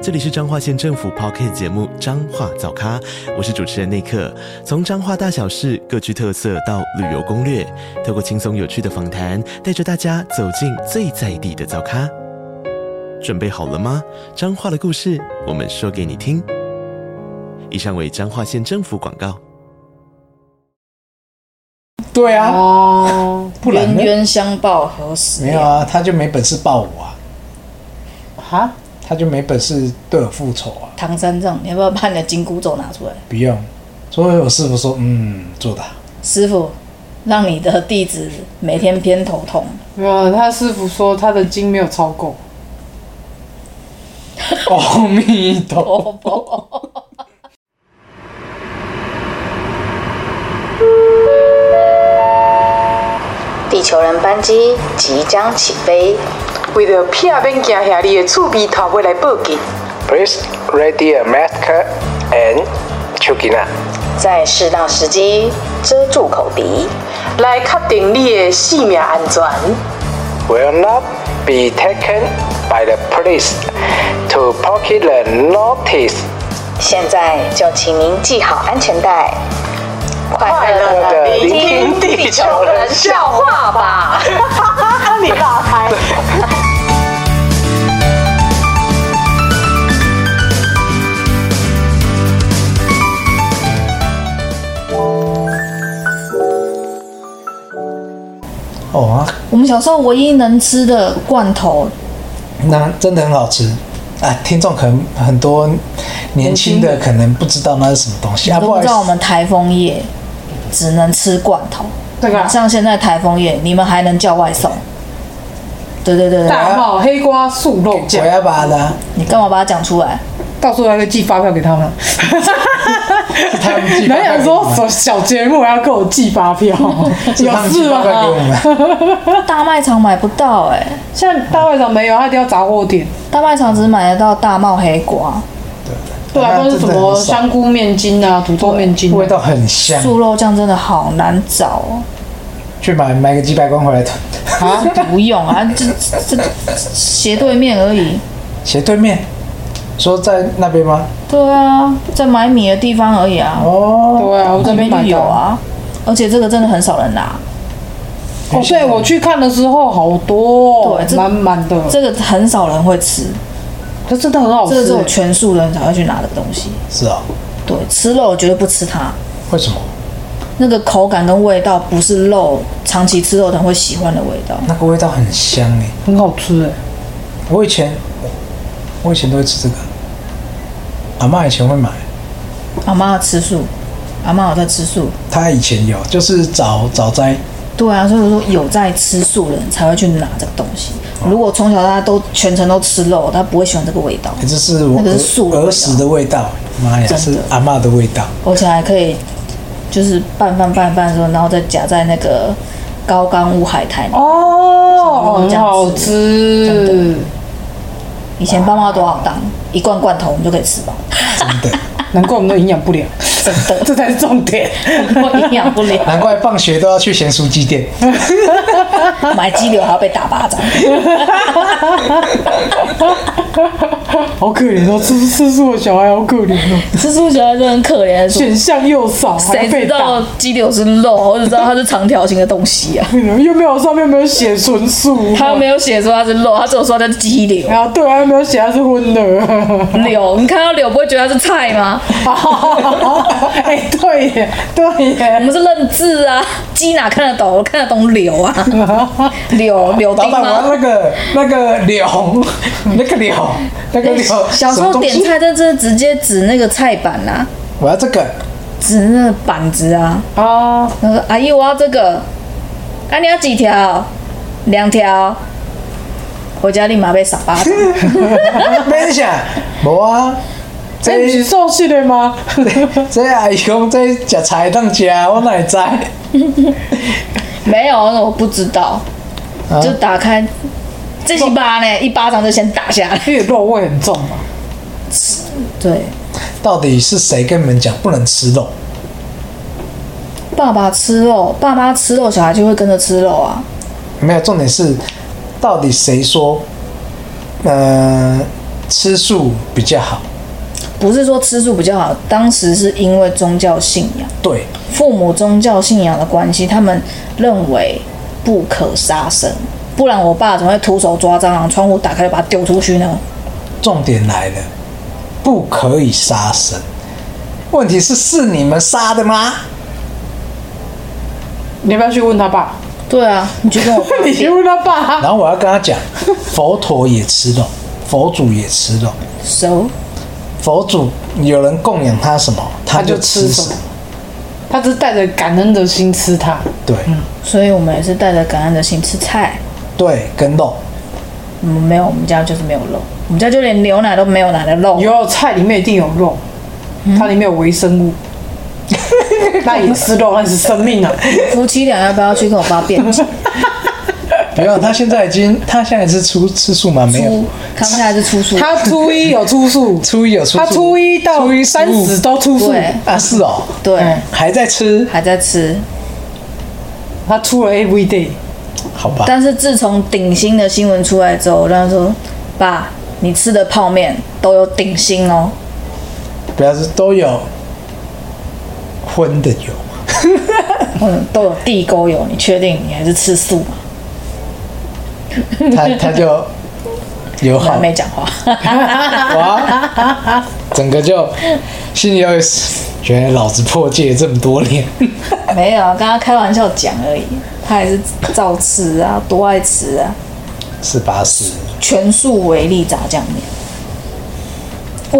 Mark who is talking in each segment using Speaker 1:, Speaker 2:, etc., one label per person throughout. Speaker 1: 这里是彰化县政府 p o c k t 节目《彰化早咖》，我是主持人内克。从彰化大小事各具特色到旅游攻略，透过轻松有趣的访谈，带着大家走进最在地的早咖。准备好了吗？彰化的故事，我们说给你听。以上为彰化县政府广告。
Speaker 2: 对啊，
Speaker 3: 哦，
Speaker 2: 不然
Speaker 3: 冤
Speaker 2: 呢
Speaker 3: 冤相报何时
Speaker 2: 没有啊，他就没本事抱我啊，
Speaker 3: 哈，
Speaker 2: 他就没本事对我复仇啊，
Speaker 3: 唐三藏，你要不要把你的紧箍咒拿出来？
Speaker 2: 不用。所以我师傅说，嗯，做的好
Speaker 3: 师傅，让你的弟子每天偏头痛。
Speaker 4: 没有，他师傅说他的筋没有超够。
Speaker 2: 阿弥陀佛。
Speaker 3: 哦不，
Speaker 5: 地球人班机即将起飞，
Speaker 6: 为着避免惊吓你的厝边头尾来报警。
Speaker 7: Please ready a mask and chukina.
Speaker 5: 在适当时机遮住口鼻。
Speaker 6: 来确定你的性命安全。
Speaker 7: Will not be taken by the police to pocket the notice
Speaker 5: 现在就请您系好安全带，快
Speaker 6: 快
Speaker 5: 乐
Speaker 6: 乐
Speaker 5: 的
Speaker 6: 的
Speaker 5: 聆
Speaker 6: 聆
Speaker 5: 听
Speaker 6: 听
Speaker 5: 地
Speaker 6: 地
Speaker 5: 球
Speaker 6: 球
Speaker 5: 人
Speaker 6: 人
Speaker 5: 笑
Speaker 6: 笑
Speaker 5: 话 吧。
Speaker 6: 你打开。
Speaker 2: 哦啊，
Speaker 3: 我们小时候唯一能吃的罐头，
Speaker 2: 那真的很好吃啊！听众可能很多年轻的可能不知道那是什么东西啊，不
Speaker 3: 都不
Speaker 2: 好意
Speaker 3: 知道我
Speaker 2: 思，
Speaker 3: 们台风夜只能吃罐头。
Speaker 4: 这个啊
Speaker 3: 像现在台风夜，你们还能叫外送？对对对对，
Speaker 4: 大帽黑瓜素肉
Speaker 2: 我
Speaker 4: 酱，
Speaker 2: 要把它，
Speaker 3: 你干嘛把它讲出来？
Speaker 4: 到时候还会寄发票给他们。
Speaker 2: 他们寄发票给你
Speaker 4: 哪想说小小节目还要给我寄发 票？有
Speaker 2: 他们寄
Speaker 4: 事啊
Speaker 2: 发票给我
Speaker 4: 吗？
Speaker 2: 们。
Speaker 3: 大卖场买不到哎、
Speaker 4: 现在大会场没有，他一定要杂货店。
Speaker 3: 大卖场只买得到大茂黑瓜、
Speaker 4: 对啊，
Speaker 2: 那
Speaker 4: 都是什
Speaker 2: 真的
Speaker 4: 么
Speaker 2: 很少
Speaker 4: 香菇面筋啊、土豆面筋啊、
Speaker 2: 味道很香，
Speaker 3: 素肉酱，真的好难找哦。
Speaker 2: 去买买个几百罐回来囤。
Speaker 3: 啊，不用啊，这这这斜对面而已。
Speaker 2: 斜对面，说在那边吗？
Speaker 3: 对啊，在买米的地方而已啊，
Speaker 2: 哦，
Speaker 4: 对啊，我这
Speaker 3: 这
Speaker 4: 边
Speaker 3: 边就
Speaker 4: 买
Speaker 3: 有
Speaker 4: 到。
Speaker 3: 啊。而且这个真的很少人拿，
Speaker 4: 哦，对，我去看的时候好多、
Speaker 3: 对
Speaker 4: 哦，
Speaker 3: 这
Speaker 4: 满满的，
Speaker 3: 这个很少人会吃，
Speaker 4: 这真的很好
Speaker 3: 这个
Speaker 4: 吃欸
Speaker 3: 只。有全素人才会去拿的东西。
Speaker 2: 是哦，
Speaker 3: 对，吃肉绝对不吃它，
Speaker 2: 为什么？
Speaker 3: 那个口感跟味道不是肉长期吃肉的人会喜欢的味道。
Speaker 2: 那个味道很香哎，
Speaker 4: 很好吃哎，
Speaker 2: 我以前我以前都会吃这个，阿妈以前会买，
Speaker 3: 阿妈要吃素，阿妈有在吃素。
Speaker 2: 她以前有，就是早早摘，
Speaker 3: 对啊，所以我说有在吃素的人才会去拿这个东西。如果从小到大都全程都吃肉，他不会喜欢这个味道，
Speaker 2: 这是我
Speaker 3: 那个是素的味道
Speaker 2: 儿时的味道，妈呀，
Speaker 3: 真的
Speaker 2: 是阿妈的味道，
Speaker 3: 而且还可以就是拌饭拌一拌的时候，然后再夹在那个高干乌海苔。
Speaker 4: 哦，
Speaker 3: 这
Speaker 4: 很
Speaker 3: 样子
Speaker 4: 好
Speaker 3: 真
Speaker 4: 吃。
Speaker 3: 以前爸妈多少当一罐罐头，我们就可以吃饱，
Speaker 2: 真的，
Speaker 4: 难怪我们的营养不良，
Speaker 3: 真的
Speaker 4: 这才是重点。
Speaker 3: 我营养不良，
Speaker 2: 难怪放学都要去咸酥鸡 店，
Speaker 3: 买鸡柳还要被打巴掌。
Speaker 4: 好可怜哦，吃吃素的小孩好可怜 哦，
Speaker 3: 吃素小孩真的很可怜，
Speaker 4: 选项又少，还
Speaker 3: 谁
Speaker 4: 被
Speaker 3: 知
Speaker 4: 打
Speaker 3: 道，鸡柳是肉，我只知道它是长条形的东西啊，
Speaker 4: 又没有上面没有写纯 素，
Speaker 3: 他没有写说它是肉，他只有说它是鸡 柳。
Speaker 4: 然后对啊，没有写它是荤 的。
Speaker 3: 柳，你看到柳不会觉得它是菜吗？
Speaker 4: 哎，对耶，对
Speaker 3: 我
Speaker 4: 耶，
Speaker 3: 们是认字啊，鸡哪看得懂？我看得懂柳 啊，柳柳
Speaker 2: 老
Speaker 3: 丁
Speaker 2: 板我要
Speaker 3: 吗？
Speaker 2: 那个那个柳， 那个柳， 那个柳，
Speaker 3: 哎小时
Speaker 2: 什么
Speaker 3: 候
Speaker 2: 东
Speaker 3: 点
Speaker 2: 西，
Speaker 3: 菜，这真的直接指那个菜板啊，
Speaker 2: 我要这个，
Speaker 3: 指那个板子啊。
Speaker 4: 啊，
Speaker 3: 他说：“阿姨，我要这个。”啊，你要几条？两条。回家立马被赏巴 掌。
Speaker 2: 分享，无啊，
Speaker 4: 哎，
Speaker 2: 这
Speaker 4: 你是寿司的吗？
Speaker 2: 这阿公这食菜当食，我哪会知？
Speaker 3: 没有，我不知道。
Speaker 2: 啊
Speaker 3: 就打开这一巴呢，一巴掌就先打下来。
Speaker 4: 因为肉味很重嘛。
Speaker 3: 对，
Speaker 2: 到底是谁跟你们讲不能吃肉？
Speaker 3: 爸爸吃肉，爸妈吃肉，小孩就会跟着吃肉啊。
Speaker 2: 没有，重点是到底谁说，呃，吃素比较好？
Speaker 3: 不是说吃素比较好，当时是因为宗教信仰，
Speaker 2: 对，
Speaker 3: 父母宗教信仰的关系，他们认为不可杀生，不然我爸怎么会徒手抓蟑螂，窗户打开就把它丢出去呢？
Speaker 2: 重点来了，不可以杀生。问题是是你们杀的吗？
Speaker 4: 你要不要去问他爸？
Speaker 3: 对啊，你就跟我
Speaker 4: 你去问他爸。
Speaker 2: 然后我要跟他讲，佛陀也吃肉，佛祖也吃肉，
Speaker 3: 熟，
Speaker 2: 佛祖有人供养他什么，他
Speaker 4: 他就
Speaker 2: 吃
Speaker 4: 吃
Speaker 2: 什么
Speaker 4: 什么。他只是带着感恩的心吃它，
Speaker 2: 对、
Speaker 3: 所以我们也是带着感恩的心吃菜。
Speaker 2: 对，跟肉。
Speaker 3: 我们没有，我们家就是没有肉，我们家就连牛奶都没有奶的肉。
Speaker 4: 有菜里面一定有肉，
Speaker 2: 嗯
Speaker 4: 它里面有微 生物。那也吃肉，那是生 命啊！
Speaker 3: 夫妻俩要不要去跟我爸辩解？
Speaker 2: 不用，他现在已经，他现在是吃吃素吗？没有
Speaker 3: 出，，康泰是出书，
Speaker 4: 他初一有出素，
Speaker 2: 初一有吃素，
Speaker 4: 他初一到
Speaker 2: 初一十
Speaker 4: 三
Speaker 2: 五
Speaker 4: 十都出素，
Speaker 3: 对
Speaker 2: 啊，是哦，
Speaker 3: 对
Speaker 4: 嗯，
Speaker 2: 还在吃，
Speaker 3: 还在吃。
Speaker 4: 他出了 every day。
Speaker 2: 好吧。
Speaker 3: 但是自从顶新的新闻出来之后，我跟他说：“爸，你吃的泡面都有顶新哦。
Speaker 2: 表示都有荤的有，”
Speaker 3: 嗯，都有地沟油，你确定你还是吃素吗？
Speaker 2: 他他就友
Speaker 3: 我还
Speaker 2: 好
Speaker 3: 没讲话，
Speaker 2: 哇，整个就心里有一丝原来老子破戒这么多年，
Speaker 3: 没有，跟他开玩笑讲而已。他还是照吃啊，多爱吃啊。
Speaker 2: 是八十，
Speaker 3: 全素维力炸酱面，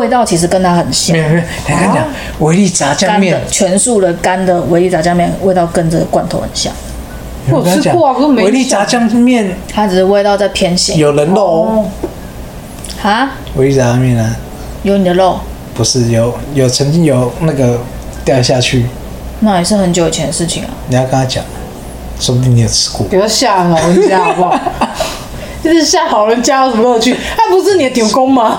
Speaker 3: 味道其实跟它很像
Speaker 2: 没。有没有，你跟你讲，维力炸酱
Speaker 3: 干
Speaker 2: 面
Speaker 3: 的，全素的干的维力炸酱面味道跟这个罐头很像，
Speaker 4: 我有吃过啊，可是没
Speaker 2: 维力炸酱面
Speaker 3: 它只是味道在偏咸。
Speaker 2: 有人肉哦，
Speaker 3: 啊，
Speaker 2: 维力炸酱面呢
Speaker 3: 有你的肉，
Speaker 2: 不是有有曾经有那个掉下去，
Speaker 3: 那也是很久以前的事情 啊。
Speaker 2: 你要跟他讲，说不定你有吃过
Speaker 4: 不，要吓老人家好不 好？就是吓老人家有什么乐趣？他不是你的丢 工吗？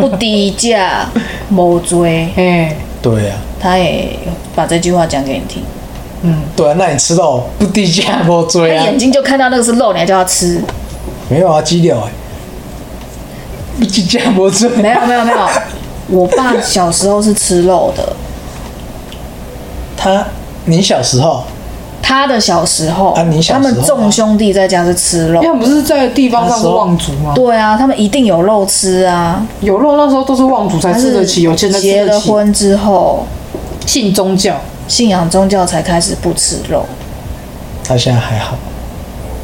Speaker 3: 不低价，某追，
Speaker 4: 哎，
Speaker 2: 对啊，
Speaker 3: 他也把这句话讲给你听。
Speaker 2: 对啊，那你吃到不低价不
Speaker 3: 他
Speaker 2: 追啊
Speaker 3: 眼，睛就看到那个是肉，你还叫他吃？
Speaker 2: 没有啊，鸡柳哎、不低价不追，
Speaker 3: 没有没有没有，我爸小时候是吃肉的，
Speaker 2: 他你小时候
Speaker 3: 他的小时候，
Speaker 2: 啊你小时
Speaker 3: 他
Speaker 2: 候啊
Speaker 3: 们众兄弟在家是吃肉
Speaker 4: 因为。不是在地方上是望族吗？
Speaker 3: 对啊，他们一定有肉吃啊，
Speaker 4: 有肉那时候都是望族才
Speaker 3: 他
Speaker 4: 吃得
Speaker 3: 是
Speaker 4: 起，有钱才
Speaker 3: 结
Speaker 4: 吃得
Speaker 3: 了
Speaker 4: 起。
Speaker 3: 婚之后，
Speaker 4: 信宗教，
Speaker 3: 信仰宗教才开始不吃肉。
Speaker 2: 他现在还好，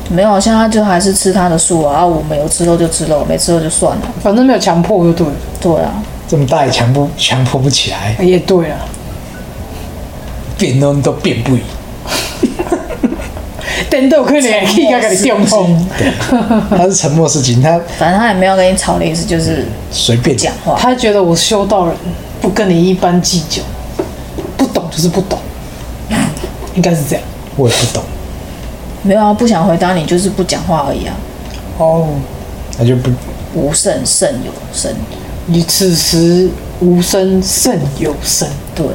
Speaker 3: 没有，现在他就还是吃他的素啊，啊我们有吃肉就吃肉，没吃肉就算了。
Speaker 4: 反正没有强迫就对了。
Speaker 3: 对啊，
Speaker 2: 这么大也强不强迫不起来，
Speaker 4: 也对啊了，
Speaker 2: 变都都变不赢。
Speaker 4: 等到可能气该给你掉痛。
Speaker 2: 他是沉默是金，他
Speaker 3: 反正他也没有跟你吵的意思，就是
Speaker 2: 随便
Speaker 3: 讲话。
Speaker 4: 他觉得我修道人不跟你一般计较，不懂就是不懂，应该是这样。
Speaker 2: 我也不懂，
Speaker 3: 没有啊，不想回答你就是不讲话而已啊。
Speaker 2: 哦，他就不
Speaker 3: 无甚胜有胜，
Speaker 4: 你此时无声胜有声，
Speaker 3: 对，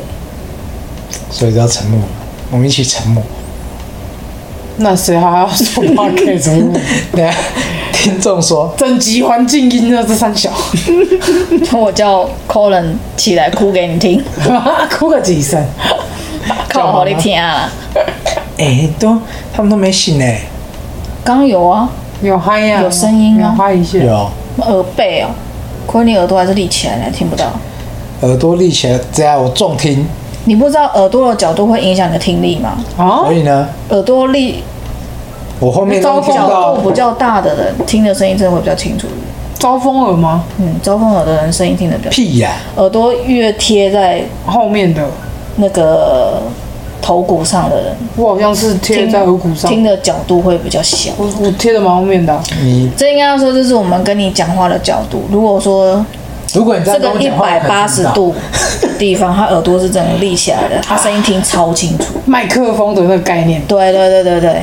Speaker 2: 所以就要沉默，我们一起沉默。
Speaker 4: 那谁还要说话可以怎么 办？
Speaker 2: 对啊，听众说
Speaker 4: 整集环境音啊，这 三小，
Speaker 3: 我叫 Colin 起来哭给你听，
Speaker 4: 哭个几声。
Speaker 3: 靠好你听啊。
Speaker 2: 哎、都他们都没醒哎、
Speaker 3: 刚有啊，
Speaker 4: 有嗨呀、
Speaker 3: 有声音啊
Speaker 4: 有嗨一下。
Speaker 2: 有
Speaker 3: 耳背哦，亏你耳朵还是立起来，你还听不到。
Speaker 2: 耳朵立起来，这样我重听，
Speaker 3: 你不知道耳朵的角度会影响你的听力吗？
Speaker 4: 啊
Speaker 2: 所，以呢，
Speaker 3: 耳朵力
Speaker 2: 我后面都听
Speaker 3: 角
Speaker 2: 到
Speaker 3: 度比较大的人，听的声音真的会比较清楚。
Speaker 4: 招风耳吗？
Speaker 3: 嗯，招风耳的人声音听得比较清楚，
Speaker 2: 屁呀、
Speaker 3: 耳朵越贴在
Speaker 4: 后面的，
Speaker 3: 那个头骨上的人，
Speaker 4: 我好像是贴
Speaker 3: 听
Speaker 4: 在耳骨上。
Speaker 3: 听的角度会比较小。
Speaker 4: 我我贴的蛮后面的啊、
Speaker 2: 你
Speaker 3: 这应该要说，这是我们跟你讲话的角度。如果说
Speaker 2: 如果你这
Speaker 3: 这
Speaker 2: 样跟
Speaker 3: 个
Speaker 2: 我
Speaker 3: 一
Speaker 2: 讲话，
Speaker 3: 百八
Speaker 2: 我可能知
Speaker 3: 十
Speaker 2: 道
Speaker 3: 度的地方，他耳朵是 整个立起来的，他声音听超清楚。
Speaker 4: 麦克风的那个概念
Speaker 3: 对对对对对，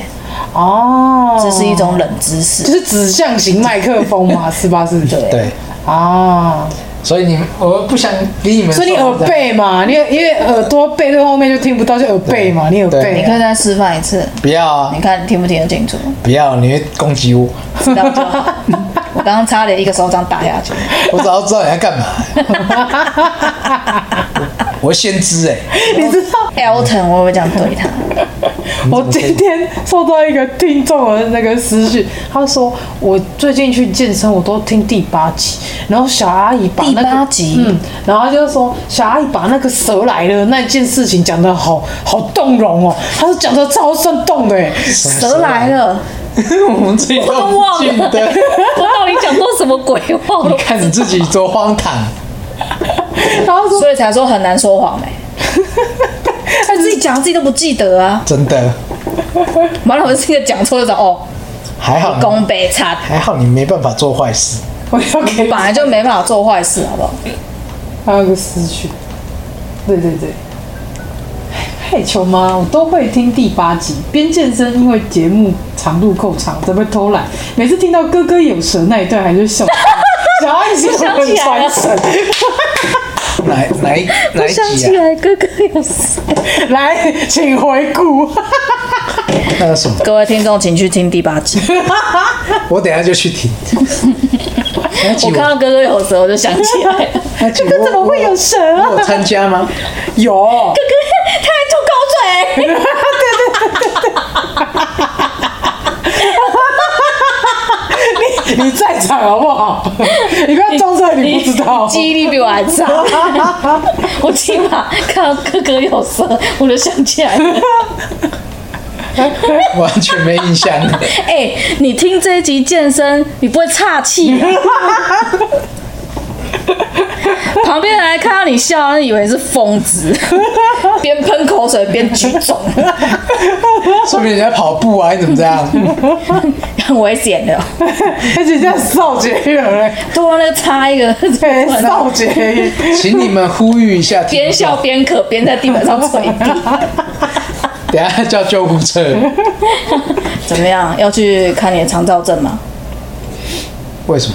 Speaker 4: 哦，
Speaker 3: 这是一种冷知识
Speaker 4: 就。是指向型麦克风嘛，是吧？是
Speaker 3: 对
Speaker 2: 对，
Speaker 4: 啊，
Speaker 2: 所以你我不想理你们，
Speaker 4: 所以你耳，背嘛，你因为耳朵背对后面就听不到，就耳背嘛，你耳
Speaker 2: 对
Speaker 4: 背
Speaker 3: 你可以再示范一次，
Speaker 2: 不要啊
Speaker 3: 你，看听不听得清楚？
Speaker 2: 不要，你会攻击 我，
Speaker 3: 知道就好。 我刚刚差点一个手掌打下去。
Speaker 2: 我早知道你在干 嘛，我先知哎、
Speaker 4: 你知道
Speaker 3: Elton，我会这样对他，
Speaker 2: 嗯
Speaker 4: 我今天收到一个听众的那个私讯，他说我最近去健身，我都听第八集，然后小阿姨把那个
Speaker 3: 第八集
Speaker 4: 嗯，然后他就说小阿姨把那个蛇来了那件事情讲的好好动容哦，他说讲的超生动的耶，欸
Speaker 3: 蛇来了，
Speaker 2: 我们自己都
Speaker 3: 都忘
Speaker 2: 记
Speaker 3: 了，
Speaker 2: 得，
Speaker 3: 我到底讲过什么鬼话
Speaker 2: 你？看你自己多荒唐，
Speaker 4: 然后他说
Speaker 3: 所以才说很难说谎 哎、他自己讲自己都不记得啊，
Speaker 2: 真的，
Speaker 3: 完了我是一个讲错就讲哦，
Speaker 2: 还好你
Speaker 3: 功杯差，
Speaker 2: 还好你没办法做坏事，
Speaker 4: 我要给
Speaker 3: 本来就没办法做坏事，好不好？
Speaker 4: 还有个私讯，对对对。害球吗？我都会听第八集，边健身，因为节目长度够长，才会偷懒。每次听到哥哥有神那一段，还是 笑。小阿姨是不是很传神？
Speaker 2: 哪哪 一哪一集啊？
Speaker 3: 来哥哥有事。
Speaker 4: 来，请回顾。
Speaker 2: 那个什么，
Speaker 3: 各位听众，请去听第八集。
Speaker 2: 我等一下就去听。那集
Speaker 3: 我看到哥哥有事，我就想起来了，
Speaker 2: 那集我
Speaker 4: 怎么会有神
Speaker 2: 我
Speaker 4: 啊？
Speaker 2: 我有参加吗？
Speaker 4: 有，
Speaker 3: 他还吐口水。
Speaker 4: 你在场好不好？你不要装作你不知道。
Speaker 3: 记忆力比我还差。 我起码看到哥哥有蛇，我就想起 来了。
Speaker 2: 完全没印象。
Speaker 3: 哎、你听这一集健身，你不会岔气、 啊？旁边人还看到你笑，那以为你是疯 子，边喷口水边举重，
Speaker 2: 说明人家跑步啊，你怎么这样？
Speaker 3: 很危险的。
Speaker 4: 而且这样少杰人，
Speaker 3: 突然那个插一个，
Speaker 4: 对，少杰 人。
Speaker 2: 请你们呼吁一下听众，
Speaker 3: 边笑边咳，边在地板上捶地。
Speaker 2: 等一下叫救护 车。
Speaker 3: 怎么样？要去看你的肠燥症吗？
Speaker 2: 为什么？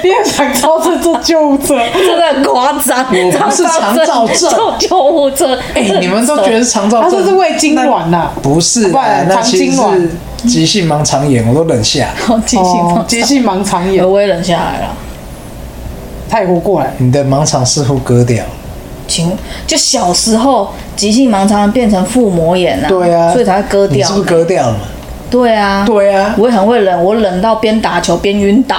Speaker 4: 你也想超车坐救护车？
Speaker 3: 真的很夸张，
Speaker 2: 我不是肠燥症
Speaker 3: 就救护车。
Speaker 2: 哎、你们都觉得肠
Speaker 4: 他
Speaker 2: 燥
Speaker 4: 说
Speaker 2: 症
Speaker 4: 啊是胃痉挛呐，
Speaker 2: 不是
Speaker 4: 不
Speaker 2: 啦，
Speaker 4: 然
Speaker 2: 那
Speaker 4: 肠
Speaker 2: 其实
Speaker 4: 痉挛
Speaker 2: 是急性盲肠炎，我都忍下。
Speaker 3: 好 记性
Speaker 4: 哦
Speaker 3: 放，哦
Speaker 4: 急性盲肠炎
Speaker 3: 有，微冷下来了。
Speaker 4: 泰国过来。
Speaker 2: 你的盲肠似乎割掉了，
Speaker 3: 请问，就小时候急性盲肠炎变成腹膜炎啊，
Speaker 2: 对啊，
Speaker 3: 所以才会割
Speaker 2: 你
Speaker 3: 掉
Speaker 2: 是不，是割掉 了？
Speaker 3: 对啊，
Speaker 2: 对啊
Speaker 3: 我也很会冷，我冷到边打球边晕倒，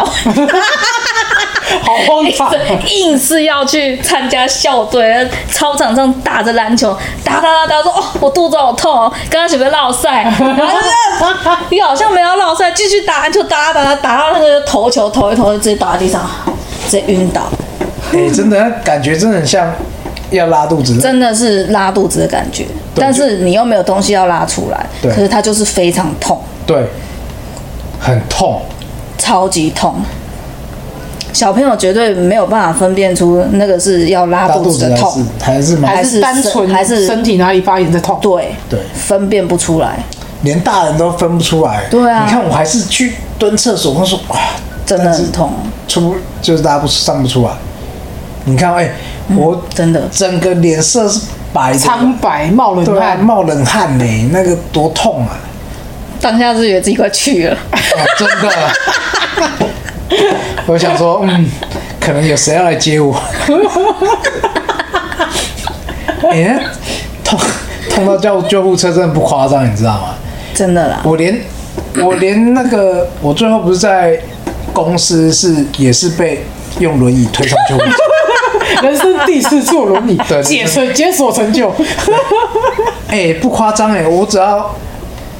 Speaker 4: 好荒唐！
Speaker 3: 硬是要去参加校队，操场上打着篮球，打打打打，说哦，我肚子好痛哦，刚刚准备落赛，然后就 你好像没有落赛，继续打篮球，打打打打到那个头球头一头就直接打在地上，直接晕倒，
Speaker 2: 哎、真的，感觉真的很像要拉肚子。
Speaker 3: 真的是拉肚子的感觉，
Speaker 2: 对
Speaker 3: 但是你又没有东西要拉出来，
Speaker 2: 对
Speaker 3: 可是它就是非常痛。
Speaker 2: 对，很痛。
Speaker 3: 超级痛。小朋友绝对没有办法分辨出那个是要拉
Speaker 2: 拉
Speaker 3: 肚
Speaker 2: 肚
Speaker 3: 子
Speaker 2: 子
Speaker 3: 的
Speaker 2: 还
Speaker 3: 痛
Speaker 2: 是，还是蛮
Speaker 3: 还
Speaker 4: 还
Speaker 3: 是
Speaker 4: 是单纯
Speaker 3: 还是
Speaker 4: 身体哪里发炎在痛？
Speaker 3: 对
Speaker 2: 对
Speaker 3: 分辨不出来，
Speaker 2: 连大人都分不出来。
Speaker 3: 对啊
Speaker 2: 你看我还是去蹲厕所，我说哇，
Speaker 3: 真的
Speaker 2: 但是
Speaker 3: 很痛，
Speaker 2: 出不就是拉不上不出来。你看，哎、我
Speaker 3: 真的
Speaker 2: 整个脸色是白的，
Speaker 4: 苍白冒冷
Speaker 2: 对啊，
Speaker 4: 汗，
Speaker 2: 冒冷汗呢、那个多痛啊！
Speaker 3: 当下是觉得自己快去了，
Speaker 2: 哦、真的， 我想说，嗯，可能有谁要来接我？ 哎、痛痛到叫救护车真的不夸张，你知道吗？
Speaker 3: 真的啦。
Speaker 2: 我连我连那个，我最后不是在公司是也是被用轮椅推上救护车。
Speaker 3: 啊
Speaker 4: 人生第一次坐轮 椅
Speaker 2: 对，
Speaker 4: 解锁解锁成就，
Speaker 2: 哎、不夸张哎，我只要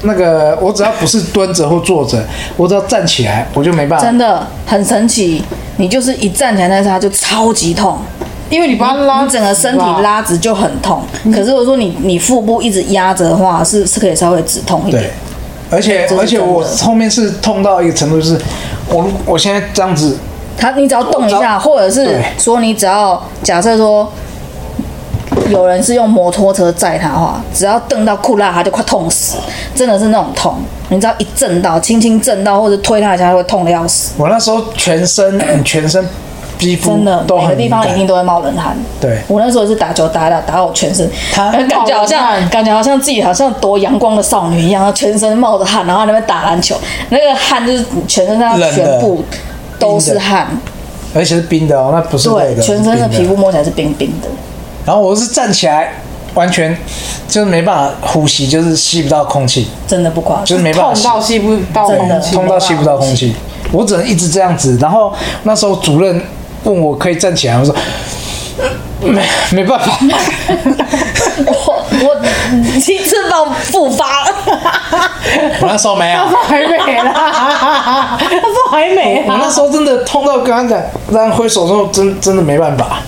Speaker 2: 那个，我只要不是蹲着或坐着，我只要站起来，我就没办法。
Speaker 3: 真的很神奇，你就是一站起来那一刹就超级痛，
Speaker 4: 因为你把它拉，
Speaker 3: 你整个身体，拉直就很痛。可是我说你你腹部一直压着的话，是是可以稍微止痛一
Speaker 2: 对
Speaker 3: 点。，
Speaker 2: 而且
Speaker 3: 哎这是
Speaker 2: 而且
Speaker 3: 真的
Speaker 2: 我后面是痛到一个程度，就是我我现在这样子，
Speaker 3: 他你只要动一下，或者是
Speaker 2: 对
Speaker 3: 说你只要假设说有人是用摩托车载他的话，只要蹬到裤衩，他就快痛死，真的是那种痛。你知道一震到，轻轻震到，或者推他一下，他会痛的要死，
Speaker 2: 我那时候全 身全身肌肤
Speaker 3: 真的，
Speaker 2: 都
Speaker 3: 每
Speaker 2: 很
Speaker 3: 个地方
Speaker 2: 敏
Speaker 3: 一
Speaker 2: 感
Speaker 3: 定都会冒冷汗。
Speaker 2: 对
Speaker 3: 我那时候是打球打一打打我全身，
Speaker 2: 他
Speaker 3: 感觉好
Speaker 4: 冒冷
Speaker 3: 像
Speaker 4: 汗
Speaker 3: 感觉好像自己好像多阳光的少女一样，然后全身冒着汗，然后在那边打篮球，那个汗就是全身上
Speaker 2: 冷的
Speaker 3: 全部都是
Speaker 2: 冰的
Speaker 3: 汗，
Speaker 2: 而且是冰的哦，那不是
Speaker 3: 对
Speaker 2: 累，的，
Speaker 3: 全身的
Speaker 2: 是
Speaker 3: 皮
Speaker 2: 冰
Speaker 3: 肤。摸起来是冰冰的。
Speaker 2: 然后我是站起来，完全就是没办法呼吸，就是吸不到空气，
Speaker 3: 真的不夸
Speaker 2: 就
Speaker 3: 张
Speaker 2: 是。没办法
Speaker 4: 痛
Speaker 2: 吸，
Speaker 4: 到吸不到
Speaker 3: 真的
Speaker 4: 空气，
Speaker 2: 痛哦到吸不到空气。我只能一直这样子。然后那时候主任问我可以站起来，我说没没办 法，
Speaker 3: 我我心翅膀复发了，
Speaker 2: 我那时候没有。啊
Speaker 4: 还啊美 啦，他说还美
Speaker 2: 我
Speaker 4: 啊，
Speaker 2: 那时候真的痛到跟他讲，让他挥手之后，真真的没办法，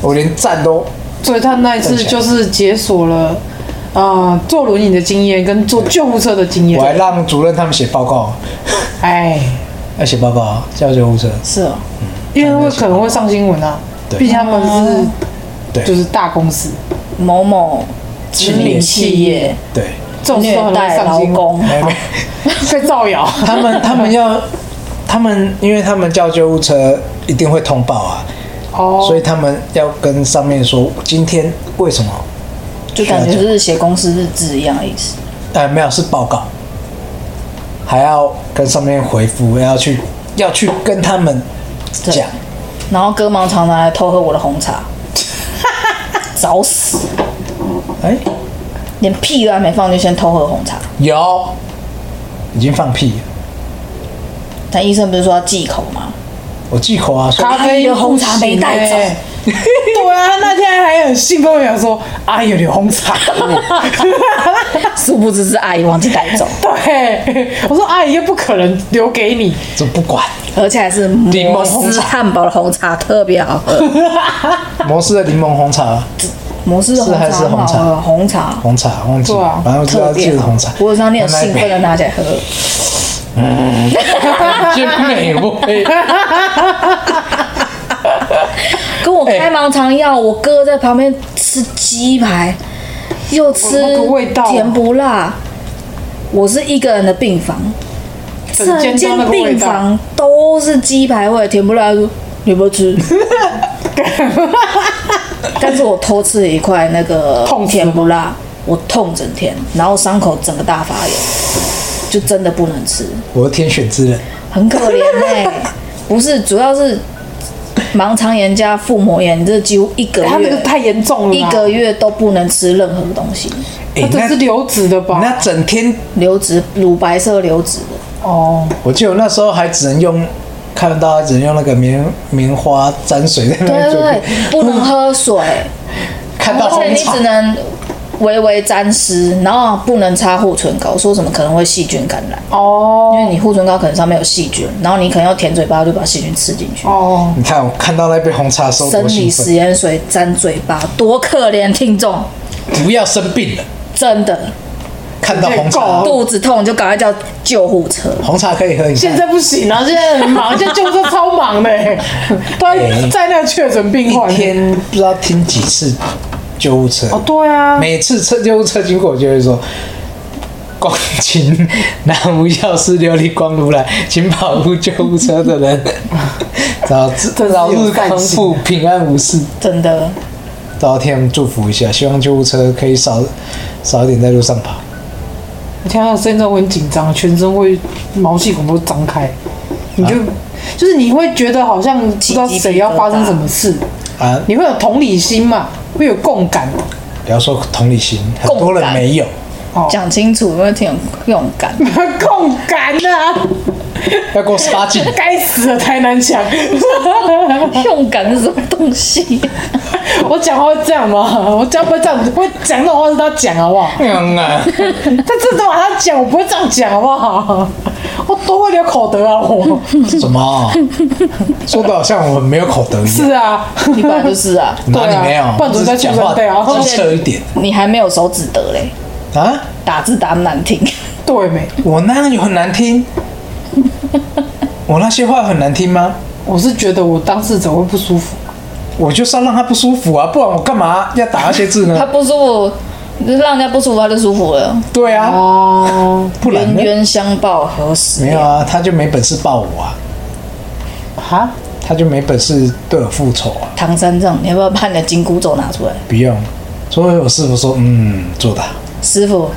Speaker 2: 我连站都
Speaker 4: 所以他那一次就是解锁了。啊、坐轮椅的经验跟坐救护车的经
Speaker 2: 我还
Speaker 4: 验，
Speaker 2: 让主任他们写报告，
Speaker 4: 哎，
Speaker 2: 要写报告啊，叫救护车。
Speaker 4: 是哦，因为会可能会上新闻啊，
Speaker 2: 对
Speaker 4: 毕竟他
Speaker 3: 哦
Speaker 4: 们
Speaker 2: 对
Speaker 4: 是就是大公司，
Speaker 3: 某某知名企业
Speaker 2: 对，哎
Speaker 4: 这种时
Speaker 3: 虐
Speaker 4: 候很容易
Speaker 3: 待
Speaker 4: 上
Speaker 3: 劳
Speaker 4: 新闻，
Speaker 3: 工，
Speaker 2: 没没，
Speaker 4: 被造谣，
Speaker 2: 他们他们要，他们因为他们叫救护车一定会通报啊，
Speaker 4: 哦，
Speaker 2: 所以他们要跟上面说今天为什么，
Speaker 3: 就感
Speaker 2: 啊
Speaker 3: 觉是写公司日志一样的意思。
Speaker 2: 呃，没有是报告，还要跟上面回复，要去要去跟他们
Speaker 3: 对
Speaker 2: 讲。
Speaker 3: 然后割盲常常来偷喝我的红茶， 找死！
Speaker 2: 哎、
Speaker 3: 连屁都还没放就先偷喝红茶。
Speaker 2: 有，已经放屁了，
Speaker 3: 但医生不是说要忌口吗？
Speaker 2: 我忌口啊，说
Speaker 4: 咖啡
Speaker 3: 的红茶没带走
Speaker 4: 不行欸。对啊，那天还很兴奋，我想说，哎呦，有红茶。
Speaker 3: 殊不知是阿姨忘记带走，
Speaker 4: 对，我说阿姨又不可能留给你，
Speaker 2: 这不 管。
Speaker 3: 而且还是
Speaker 2: 柠
Speaker 3: 摩
Speaker 2: 檬红
Speaker 3: 斯
Speaker 2: 茶
Speaker 3: 汉堡的红茶特别好喝。
Speaker 2: 摩斯的柠檬红茶，
Speaker 3: 摩斯的红
Speaker 2: 是还
Speaker 3: 茶
Speaker 2: 是
Speaker 3: 很好
Speaker 2: 红茶
Speaker 3: 喝，红茶
Speaker 2: 红茶忘记，
Speaker 4: 对啊
Speaker 2: 了，反正我知道
Speaker 3: 特
Speaker 2: 这
Speaker 3: 别
Speaker 2: 是
Speaker 3: 好
Speaker 2: 红茶。
Speaker 3: 我有时候你很
Speaker 2: 慢慢
Speaker 3: 兴奋的拿起来喝，
Speaker 2: 杯，真美 味。
Speaker 3: 跟我开盲肠药，我哥在旁边吃鸡排，又吃
Speaker 4: 哦那个味道
Speaker 3: 甜不辣。我是一个人的病房，
Speaker 4: 整
Speaker 3: 整
Speaker 4: 间都那
Speaker 3: 间
Speaker 4: 个味
Speaker 3: 病
Speaker 4: 道，
Speaker 3: 房都是鸡排味，甜不辣。说你不 要吃，但是我偷吃了一块那个
Speaker 4: 痛死
Speaker 3: 甜不辣，我痛整天，然后伤口整个大发炎，就真的不能吃。
Speaker 2: 我是天选之人，
Speaker 3: 很可怜 哎、不是，主要是盲肠炎加腹膜炎，这几乎一个月，
Speaker 4: 他那个太严重了
Speaker 3: 一
Speaker 4: 啦，
Speaker 3: 个月都不能吃任何东西，
Speaker 2: 哎
Speaker 4: 他这
Speaker 2: 那
Speaker 4: 是流质的
Speaker 2: 那
Speaker 4: 吧？
Speaker 2: 整天，
Speaker 3: 流质乳白色流质的，
Speaker 4: 哦，
Speaker 2: 我记得我那时候还只能用，看到只能用那个棉棉花沾水在那
Speaker 3: 对
Speaker 2: 边
Speaker 3: 对
Speaker 2: 做，
Speaker 3: 对，不能 喝水，
Speaker 2: 看到
Speaker 3: 而且
Speaker 2: 红
Speaker 3: 你
Speaker 2: 茶
Speaker 3: 只，能微微沾湿，然后不能擦护唇膏，说什么可能会细菌感染，
Speaker 4: 哦，
Speaker 3: 因为你护唇膏可能上面有细菌，然后你可能要舔嘴巴就把细菌吃进去。
Speaker 4: 哦，
Speaker 2: 你看我看到那杯红茶的时候
Speaker 3: 生
Speaker 2: 多
Speaker 3: 理
Speaker 2: 兴
Speaker 3: 食
Speaker 2: 奋，
Speaker 3: 盐水沾嘴巴，多可怜，听众，
Speaker 2: 不要生病了，
Speaker 3: 真的。
Speaker 2: 看到红茶
Speaker 4: 够，
Speaker 3: 肚子痛就赶快叫救护车。
Speaker 2: 红茶可以喝一下
Speaker 4: 现。在不行啊，现在很忙，现在救护车超忙的，他在那个确诊病患
Speaker 2: 一。天不知道听几次救护车，
Speaker 4: 哦，对啊，
Speaker 2: 每次车救护车经过，我就会说：“光请南无药师琉璃光如来，请保护救护车的人，早日
Speaker 4: 真是
Speaker 2: 早日
Speaker 4: 有善
Speaker 2: 康
Speaker 4: 心
Speaker 2: 复，平安无事。
Speaker 3: 真的，”
Speaker 2: 到天们祝福一下，希望救护车可以少少一点在路上跑。
Speaker 4: 我听到声音之后我很紧张，全身会毛细孔都张开，你
Speaker 2: 啊
Speaker 4: 就、就是你会觉得好像不知道谁要发生什么事，
Speaker 2: 啊，
Speaker 4: 你会有同理心嘛，会有共感。
Speaker 2: 不要说同理心，很多人没有，
Speaker 4: 哦，
Speaker 3: 讲清楚，因为挺勇敢。
Speaker 4: 共感啊！
Speaker 2: 要过十八禁。
Speaker 4: 该死的台南腔，
Speaker 2: 哦
Speaker 3: 勇敢是什么 东西？
Speaker 4: 我讲话会这样吗？我讲话不会这样，我讲这种话是他讲好不好？
Speaker 2: 嗯啊，
Speaker 4: 他这种话他讲，我不会这样讲好不好？我多会点口德啊！我
Speaker 2: 什么？说的好像我们没有口德一样，
Speaker 4: 是啊，
Speaker 3: 你本来就是啊，
Speaker 2: 哪里
Speaker 4: 对啊
Speaker 2: 没有？
Speaker 4: 不然怎么在
Speaker 2: 只是讲
Speaker 4: 出
Speaker 2: 话
Speaker 4: 生对啊
Speaker 2: 机车一点
Speaker 3: 你还没有手指得嘞，
Speaker 2: 啊？
Speaker 3: 打字打得难听，
Speaker 4: 对没？
Speaker 2: 我那样有很难听？我那些话很难听吗？
Speaker 4: 我是觉得我当事者会不舒服。
Speaker 2: 我就是要让他不舒服啊，不然我干嘛要打那些字
Speaker 3: 他
Speaker 2: 呢？
Speaker 3: 不舒服，让人家不舒服他就舒服了，
Speaker 2: 对嗯啊，
Speaker 4: 哦，
Speaker 2: 不然
Speaker 3: 冤
Speaker 2: 呢？
Speaker 3: 冤相报何时
Speaker 2: 没有
Speaker 3: 了？
Speaker 2: 啊，他就没本事抱我啊，
Speaker 4: 哈，
Speaker 2: 他就没本事对我复仇啊，
Speaker 3: 唐三藏，你要不要把你的紧箍咒拿出来？
Speaker 2: 不用。所以我师傅说，嗯，做的好。
Speaker 3: 师傅，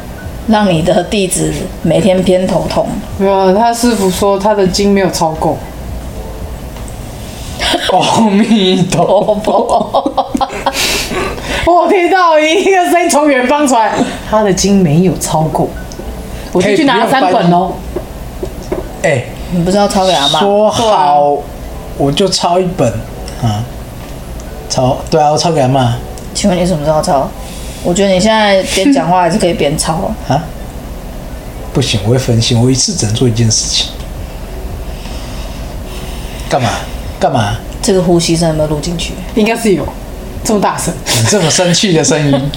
Speaker 3: 让你的弟子每天偏头痛。
Speaker 4: 没有，他师傅说他的筋没有超够，
Speaker 2: 阿弥陀
Speaker 3: 哦
Speaker 2: 佛，
Speaker 4: 我听到一个声音从远方传来，他的筋没有超够，我就去拿了三本哦。
Speaker 2: 哎，
Speaker 3: 你不是要抄给阿妈？
Speaker 2: 说好我就抄一本啊，抄对啊，我抄给阿妈
Speaker 3: 请问你什么时候抄？我觉得你现在边讲话还是可以边抄。
Speaker 2: 啊，不行，我会分心，我一次只能做一件事情。干嘛？干嘛？
Speaker 3: 这个呼吸声有没有录进去？
Speaker 4: 应该是有这么大声，
Speaker 2: 你这么生气的声音，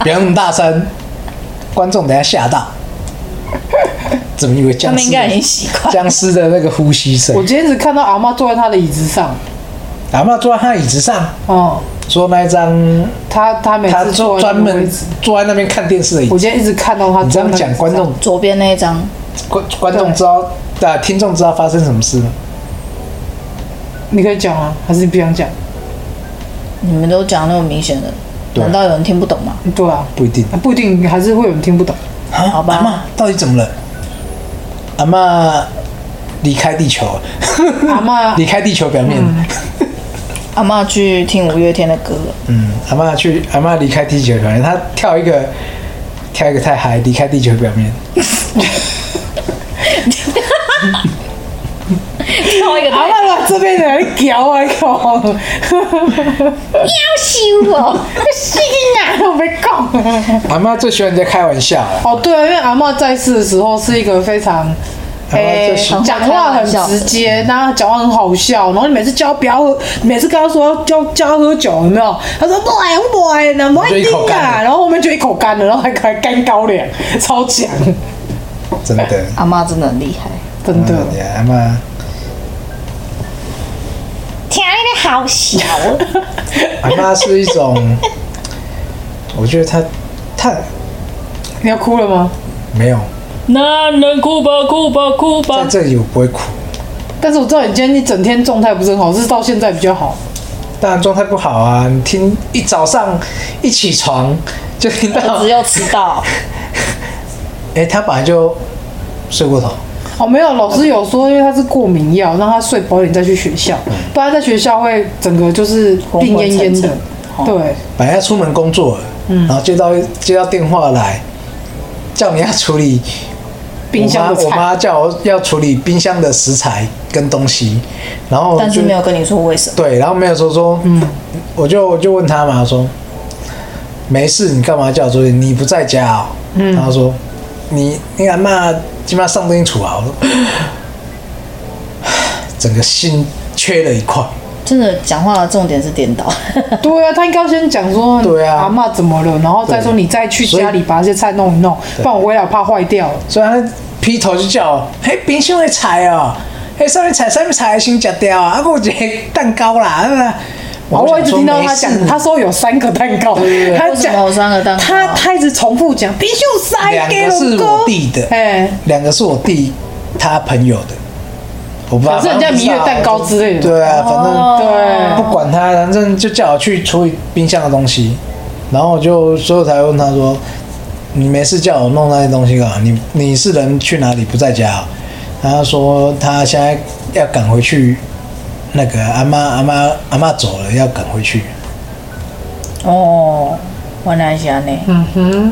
Speaker 2: 不要那么大声，观众等下吓到。怎么以为
Speaker 3: 他
Speaker 2: 僵
Speaker 3: 们应
Speaker 2: 尸
Speaker 3: 该已
Speaker 2: 的
Speaker 3: 经习惯。
Speaker 2: 僵尸的那个呼吸声
Speaker 4: 我？今天只看到阿妈坐在他的椅子上，
Speaker 2: 阿妈坐在他椅子上，
Speaker 4: 哦、
Speaker 2: 坐那一张
Speaker 4: 他他每
Speaker 2: 他
Speaker 4: 次
Speaker 2: 坐
Speaker 4: 坐在
Speaker 2: 专
Speaker 4: 那个位
Speaker 2: 门
Speaker 4: 置
Speaker 2: 坐在那边看电视的椅
Speaker 4: 我
Speaker 2: 子。
Speaker 4: 今天一直看到他
Speaker 2: 你这
Speaker 4: 坐
Speaker 2: 样
Speaker 4: 在那个椅
Speaker 2: 讲，
Speaker 4: 子
Speaker 2: 观众
Speaker 3: 左边那一张，
Speaker 2: 观观众知道，啊，听众知道发生什么事吗？
Speaker 4: 你可以讲啊，还是你不想讲？
Speaker 3: 你们都讲那么明显的，
Speaker 2: 对
Speaker 3: 难道有人听不懂吗？
Speaker 4: 对啊，
Speaker 2: 不一定。
Speaker 4: 不一定，还是会有人听不懂。
Speaker 2: 啊，
Speaker 3: 好吧
Speaker 2: 阿妈到底怎么了？阿妈离开地球，
Speaker 4: 阿妈
Speaker 2: 离开地球表面。
Speaker 3: 嗯阿妈去听五月天的歌，
Speaker 2: 嗯，阿妈去，阿妈离开地球表面，她跳一个，跳一个太嗨，离开地球表面。
Speaker 3: 跳一个
Speaker 4: 阿妈把这边的人屌啊， 靠！哦
Speaker 3: 羞哦，
Speaker 4: 这个男的没讲。
Speaker 2: 阿妈最喜欢人家开玩笑了，
Speaker 4: 哦，对啊，因为阿嬷在世的时候是一个非常，
Speaker 2: 阿嬷
Speaker 4: 诶、
Speaker 2: 最喜欢
Speaker 4: 讲话很直接，然后讲话很好笑，然后你每次叫她不要喝，每次跟她说叫叫她喝酒，有没有？她说不爱不爱呢，不爱
Speaker 2: 就一
Speaker 4: 定
Speaker 2: 口干
Speaker 4: 啊，
Speaker 2: 了
Speaker 4: 然后后面就一口干了，然后还还干高粱，超强，
Speaker 2: 真的，
Speaker 3: 阿妈真的很厉害。
Speaker 4: 真的。
Speaker 2: 嗯阿妈
Speaker 3: 听你的好小，
Speaker 2: 阿妈是一种，我觉得她她
Speaker 4: 你要哭了吗？
Speaker 2: 没有
Speaker 3: 男人哭吧哭吧哭
Speaker 2: 在
Speaker 3: 吧。
Speaker 2: 这里我不会哭，
Speaker 4: 但是我知道你今天一整天状态不是很好，是到现在比较好。
Speaker 2: 当然状态不好啊，你听一早上一起床就听
Speaker 3: 我
Speaker 2: 到
Speaker 3: 只，有迟 到，
Speaker 2: 哎、她本来就睡过头，
Speaker 4: 哦，没有，老师有说，因为他是过敏药，让他睡饱一点再去学校，
Speaker 2: 嗯
Speaker 4: 不然在学校会整个就是
Speaker 3: 昏
Speaker 4: 病
Speaker 3: 昏
Speaker 4: 恹
Speaker 3: 沉
Speaker 4: 恹的
Speaker 3: 沉。哦
Speaker 4: 对，
Speaker 2: 本来要出门工作了，
Speaker 3: 嗯
Speaker 2: 然后接到接到电话来，叫你要处理
Speaker 4: 冰箱的
Speaker 2: 我妈我
Speaker 4: 菜。
Speaker 2: 妈叫我要处理冰箱的食材跟东西，然后我就
Speaker 3: 但是没有跟你说为什么。
Speaker 2: 对，然后没有说说，嗯，我就我就问他嘛，说没事，你干嘛叫我出去？你不在家哦。嗯，然后说你你阿妈基本上上灯处啊，我说 整个心缺了一块，
Speaker 3: 真的讲话的重点是 颠倒，
Speaker 4: 对啊，他应该要先讲说，
Speaker 2: 对啊
Speaker 4: 阿妈怎么了，然后再说
Speaker 2: 对
Speaker 4: 你再去
Speaker 2: 所以
Speaker 4: 家里把这些菜弄一弄，不然我回来怕坏掉了。
Speaker 2: 所以他劈头就叫我，嘿，冰箱的菜哦，嘿，上面菜上面菜先食掉啊，啊，还有一个蛋糕啦，啊
Speaker 4: 然后我一直
Speaker 2: 想说
Speaker 4: 听到
Speaker 2: 没
Speaker 4: 他
Speaker 2: 事
Speaker 4: 讲，他说有三个蛋糕，他
Speaker 3: 为什
Speaker 4: 讲
Speaker 3: 么有三个蛋糕
Speaker 4: 他他一直重复讲，必须有三
Speaker 2: 两个是我弟的，
Speaker 4: 哎，
Speaker 2: 两个是我弟他朋友的，我不知道，
Speaker 4: 可是人家
Speaker 2: 反正
Speaker 4: 蜜
Speaker 2: 不
Speaker 4: 月
Speaker 2: 知道
Speaker 4: 蛋糕之类的。
Speaker 2: 对啊，反正
Speaker 4: 对，
Speaker 2: 不管他，反正就叫我去处理冰箱的东西，然后我就所以我才问他说，你没事叫我弄那些东西干嘛？你你是人去哪里不在家、啊？他说他现在要赶回去，那个阿妈阿妈阿妈走了，要赶回去，
Speaker 3: 哦，原来是安尼。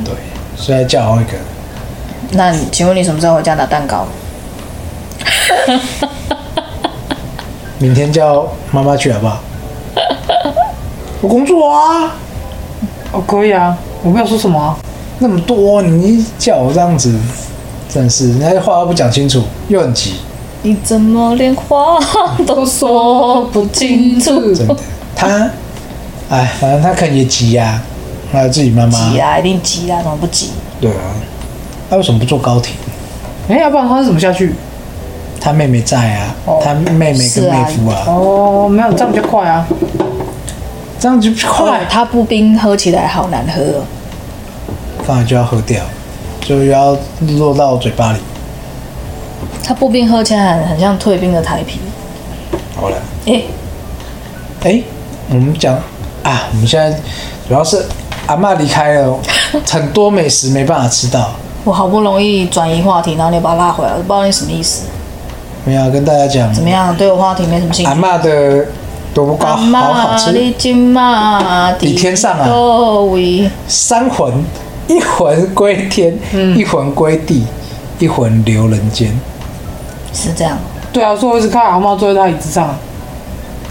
Speaker 2: 对，所以他叫我一个，
Speaker 3: 那你请问你什么时候回家拿蛋糕？
Speaker 2: 明天叫妈妈去好不好？ 我工作啊。
Speaker 4: 哦，可以啊，我没有说什么啊。
Speaker 2: 那么多，你叫我这样子，真的是人家话都不讲清楚，又很急，
Speaker 3: 你怎么连话都说不清楚？
Speaker 2: 真的。他，哎，反正他可能也急呀、还有自己妈妈
Speaker 3: 急，啊，一定急啊，怎么不急？
Speaker 2: 对啊，他为什么不坐高铁？
Speaker 4: 哎，要不然他是怎么下去？
Speaker 2: 他妹妹在啊，他妹妹跟
Speaker 3: 是啊
Speaker 2: 妹夫啊，
Speaker 4: 哦，没有这样比较快啊。
Speaker 2: 这样就
Speaker 3: 哦
Speaker 2: 快，，
Speaker 3: 它布冰喝起来好难喝哦。
Speaker 2: 反而就要喝掉，就要落到嘴巴里。
Speaker 3: 它布冰喝起来很很像退冰的台啤。
Speaker 2: 好了，
Speaker 3: 诶，
Speaker 2: 哎、我们讲啊，我们现在主要是阿嬷离开了，很多美食没办法吃到。
Speaker 3: 我好不容易转移话题，然后你把它拉回来，我不知道你什么意思。
Speaker 2: 没有啊跟大家讲
Speaker 3: 怎么样？对我话题没什么兴
Speaker 2: 阿
Speaker 3: 趣。
Speaker 2: 嬷的萝卜糕好好
Speaker 3: 妈，
Speaker 2: 吃，
Speaker 3: 啊你今嘛
Speaker 2: 比天上啊
Speaker 3: 各位，
Speaker 2: 三魂一魂归天，
Speaker 3: 嗯
Speaker 2: 一魂归地，一魂留人间。
Speaker 3: 是这样。
Speaker 4: 对啊，所以我一直看阿妈坐在他椅子上，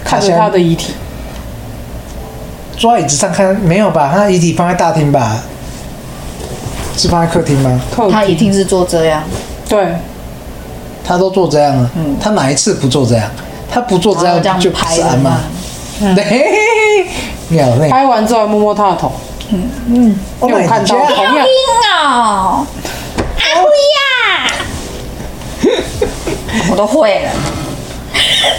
Speaker 4: 看着他的遗体。
Speaker 2: 坐在椅子上看，没有吧？他遗体放在大厅吧？是放在客厅吗？
Speaker 4: 客
Speaker 3: 他一
Speaker 4: 厅
Speaker 3: 定是做这样，
Speaker 4: 对，
Speaker 2: 他都做这样啊，他哪一次不做这样？他不做这
Speaker 3: 然后
Speaker 2: 样
Speaker 3: 嗯哦这样
Speaker 2: 就不
Speaker 3: 拍
Speaker 2: 是阿
Speaker 3: 的
Speaker 2: 嬷
Speaker 3: 嘛。嗯哎
Speaker 2: 嘿嘿嘿嘿你好累，
Speaker 4: 拍完之后还摸摸他的头，
Speaker 2: 我
Speaker 4: 因为我看到同 样
Speaker 3: 哦，阿啊辉呀， 我都会了。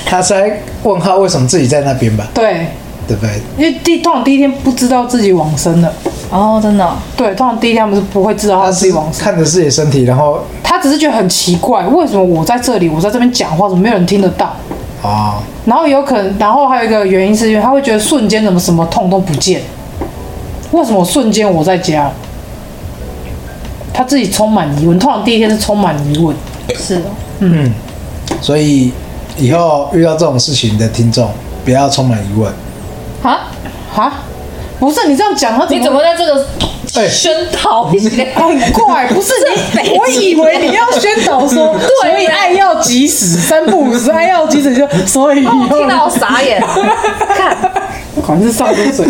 Speaker 2: 他是在问号为什么自己在那边吧？
Speaker 4: 对，
Speaker 2: 对不对？
Speaker 4: 因为第通常第一天不知道自己往生了，
Speaker 3: 哦，真的哦，
Speaker 4: 对，通常第一天他们是不会知道他
Speaker 2: 他
Speaker 4: 自
Speaker 2: 是
Speaker 4: 己往生，
Speaker 2: 看着自己的身体，然后
Speaker 4: 他只是觉得很奇怪，为什么我在这里，我在这边讲话，怎么没有人听得到？
Speaker 2: 哦，
Speaker 4: 然后也有可能，然后还有一个原因是因为他会觉得瞬间怎么什么痛都不见，为什么瞬间我在家？他自己充满疑问，通常第一天是充满疑问，
Speaker 3: 是哦，
Speaker 2: 所以以后遇到这种事情的听众，不要充满疑问。
Speaker 3: 啊，
Speaker 4: 哈，不是你这样讲，他怎
Speaker 3: 你
Speaker 4: 么
Speaker 3: 怎么在这个
Speaker 2: 哎
Speaker 3: 宣讨一些？
Speaker 4: 很 怪，不是你，我以为你要宣导说，
Speaker 3: 啊
Speaker 4: 所以爱要及时，三不五 时爱要及时，就所以以
Speaker 3: 我
Speaker 4: 后
Speaker 3: 哦听 到我傻 眼，看
Speaker 4: 果然是上流水，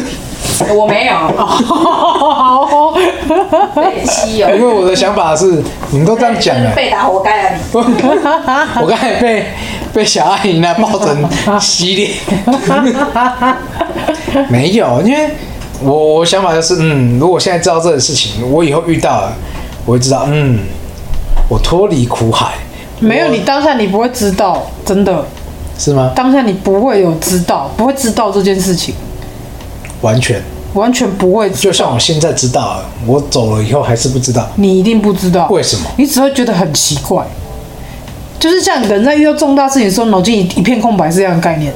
Speaker 3: 我没有，
Speaker 4: 好，
Speaker 3: 北西
Speaker 2: 因
Speaker 3: 哦，
Speaker 2: 为我的想法是，你们都这样讲了，
Speaker 3: 被打活该啊你！
Speaker 2: 我刚才被被小阿姨呢抱成洗脸， 没有，因为我我想法就是，嗯，如果现在知道这个事情，我以后遇到了，我会知道，嗯，我脱离苦海，
Speaker 4: 没有你当下你不会知道，真的，
Speaker 2: 是吗？
Speaker 4: 当下你不会有知道，不会知道这件事情，
Speaker 2: 完全，
Speaker 4: 完全不会，
Speaker 2: 就像我现在知道了，我走了以后还是不知道，
Speaker 4: 你一定不知道
Speaker 2: 为什么
Speaker 4: 你只会觉得很奇怪，就是像人在遇到重大事情的时候，脑筋一一片空白是这样的概念。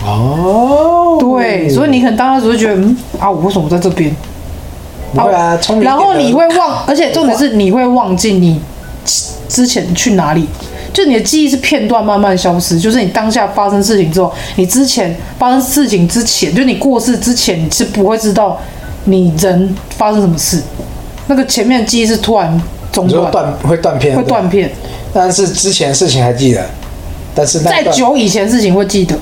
Speaker 2: 哦，
Speaker 4: 对，所以你可能当时只会觉得，嗯啊，我为什么在这边？
Speaker 2: 不会啊，聪明一点
Speaker 4: 哦然
Speaker 2: 的，
Speaker 4: 后你会 忘，而且重点是你会忘记你之前去哪里，就你的记忆是片段慢慢消失，就是你当下发生事情之后，你之前发生事情之前，就你过世之前，你是不会知道你人发生什么事，那个前面的记忆是突然中
Speaker 2: 你说
Speaker 4: 断，
Speaker 2: 断会断片，
Speaker 4: 会断，片，
Speaker 2: 但是之前的事情还记得，但是那
Speaker 4: 在
Speaker 2: 段
Speaker 4: 久以前的事情会记得，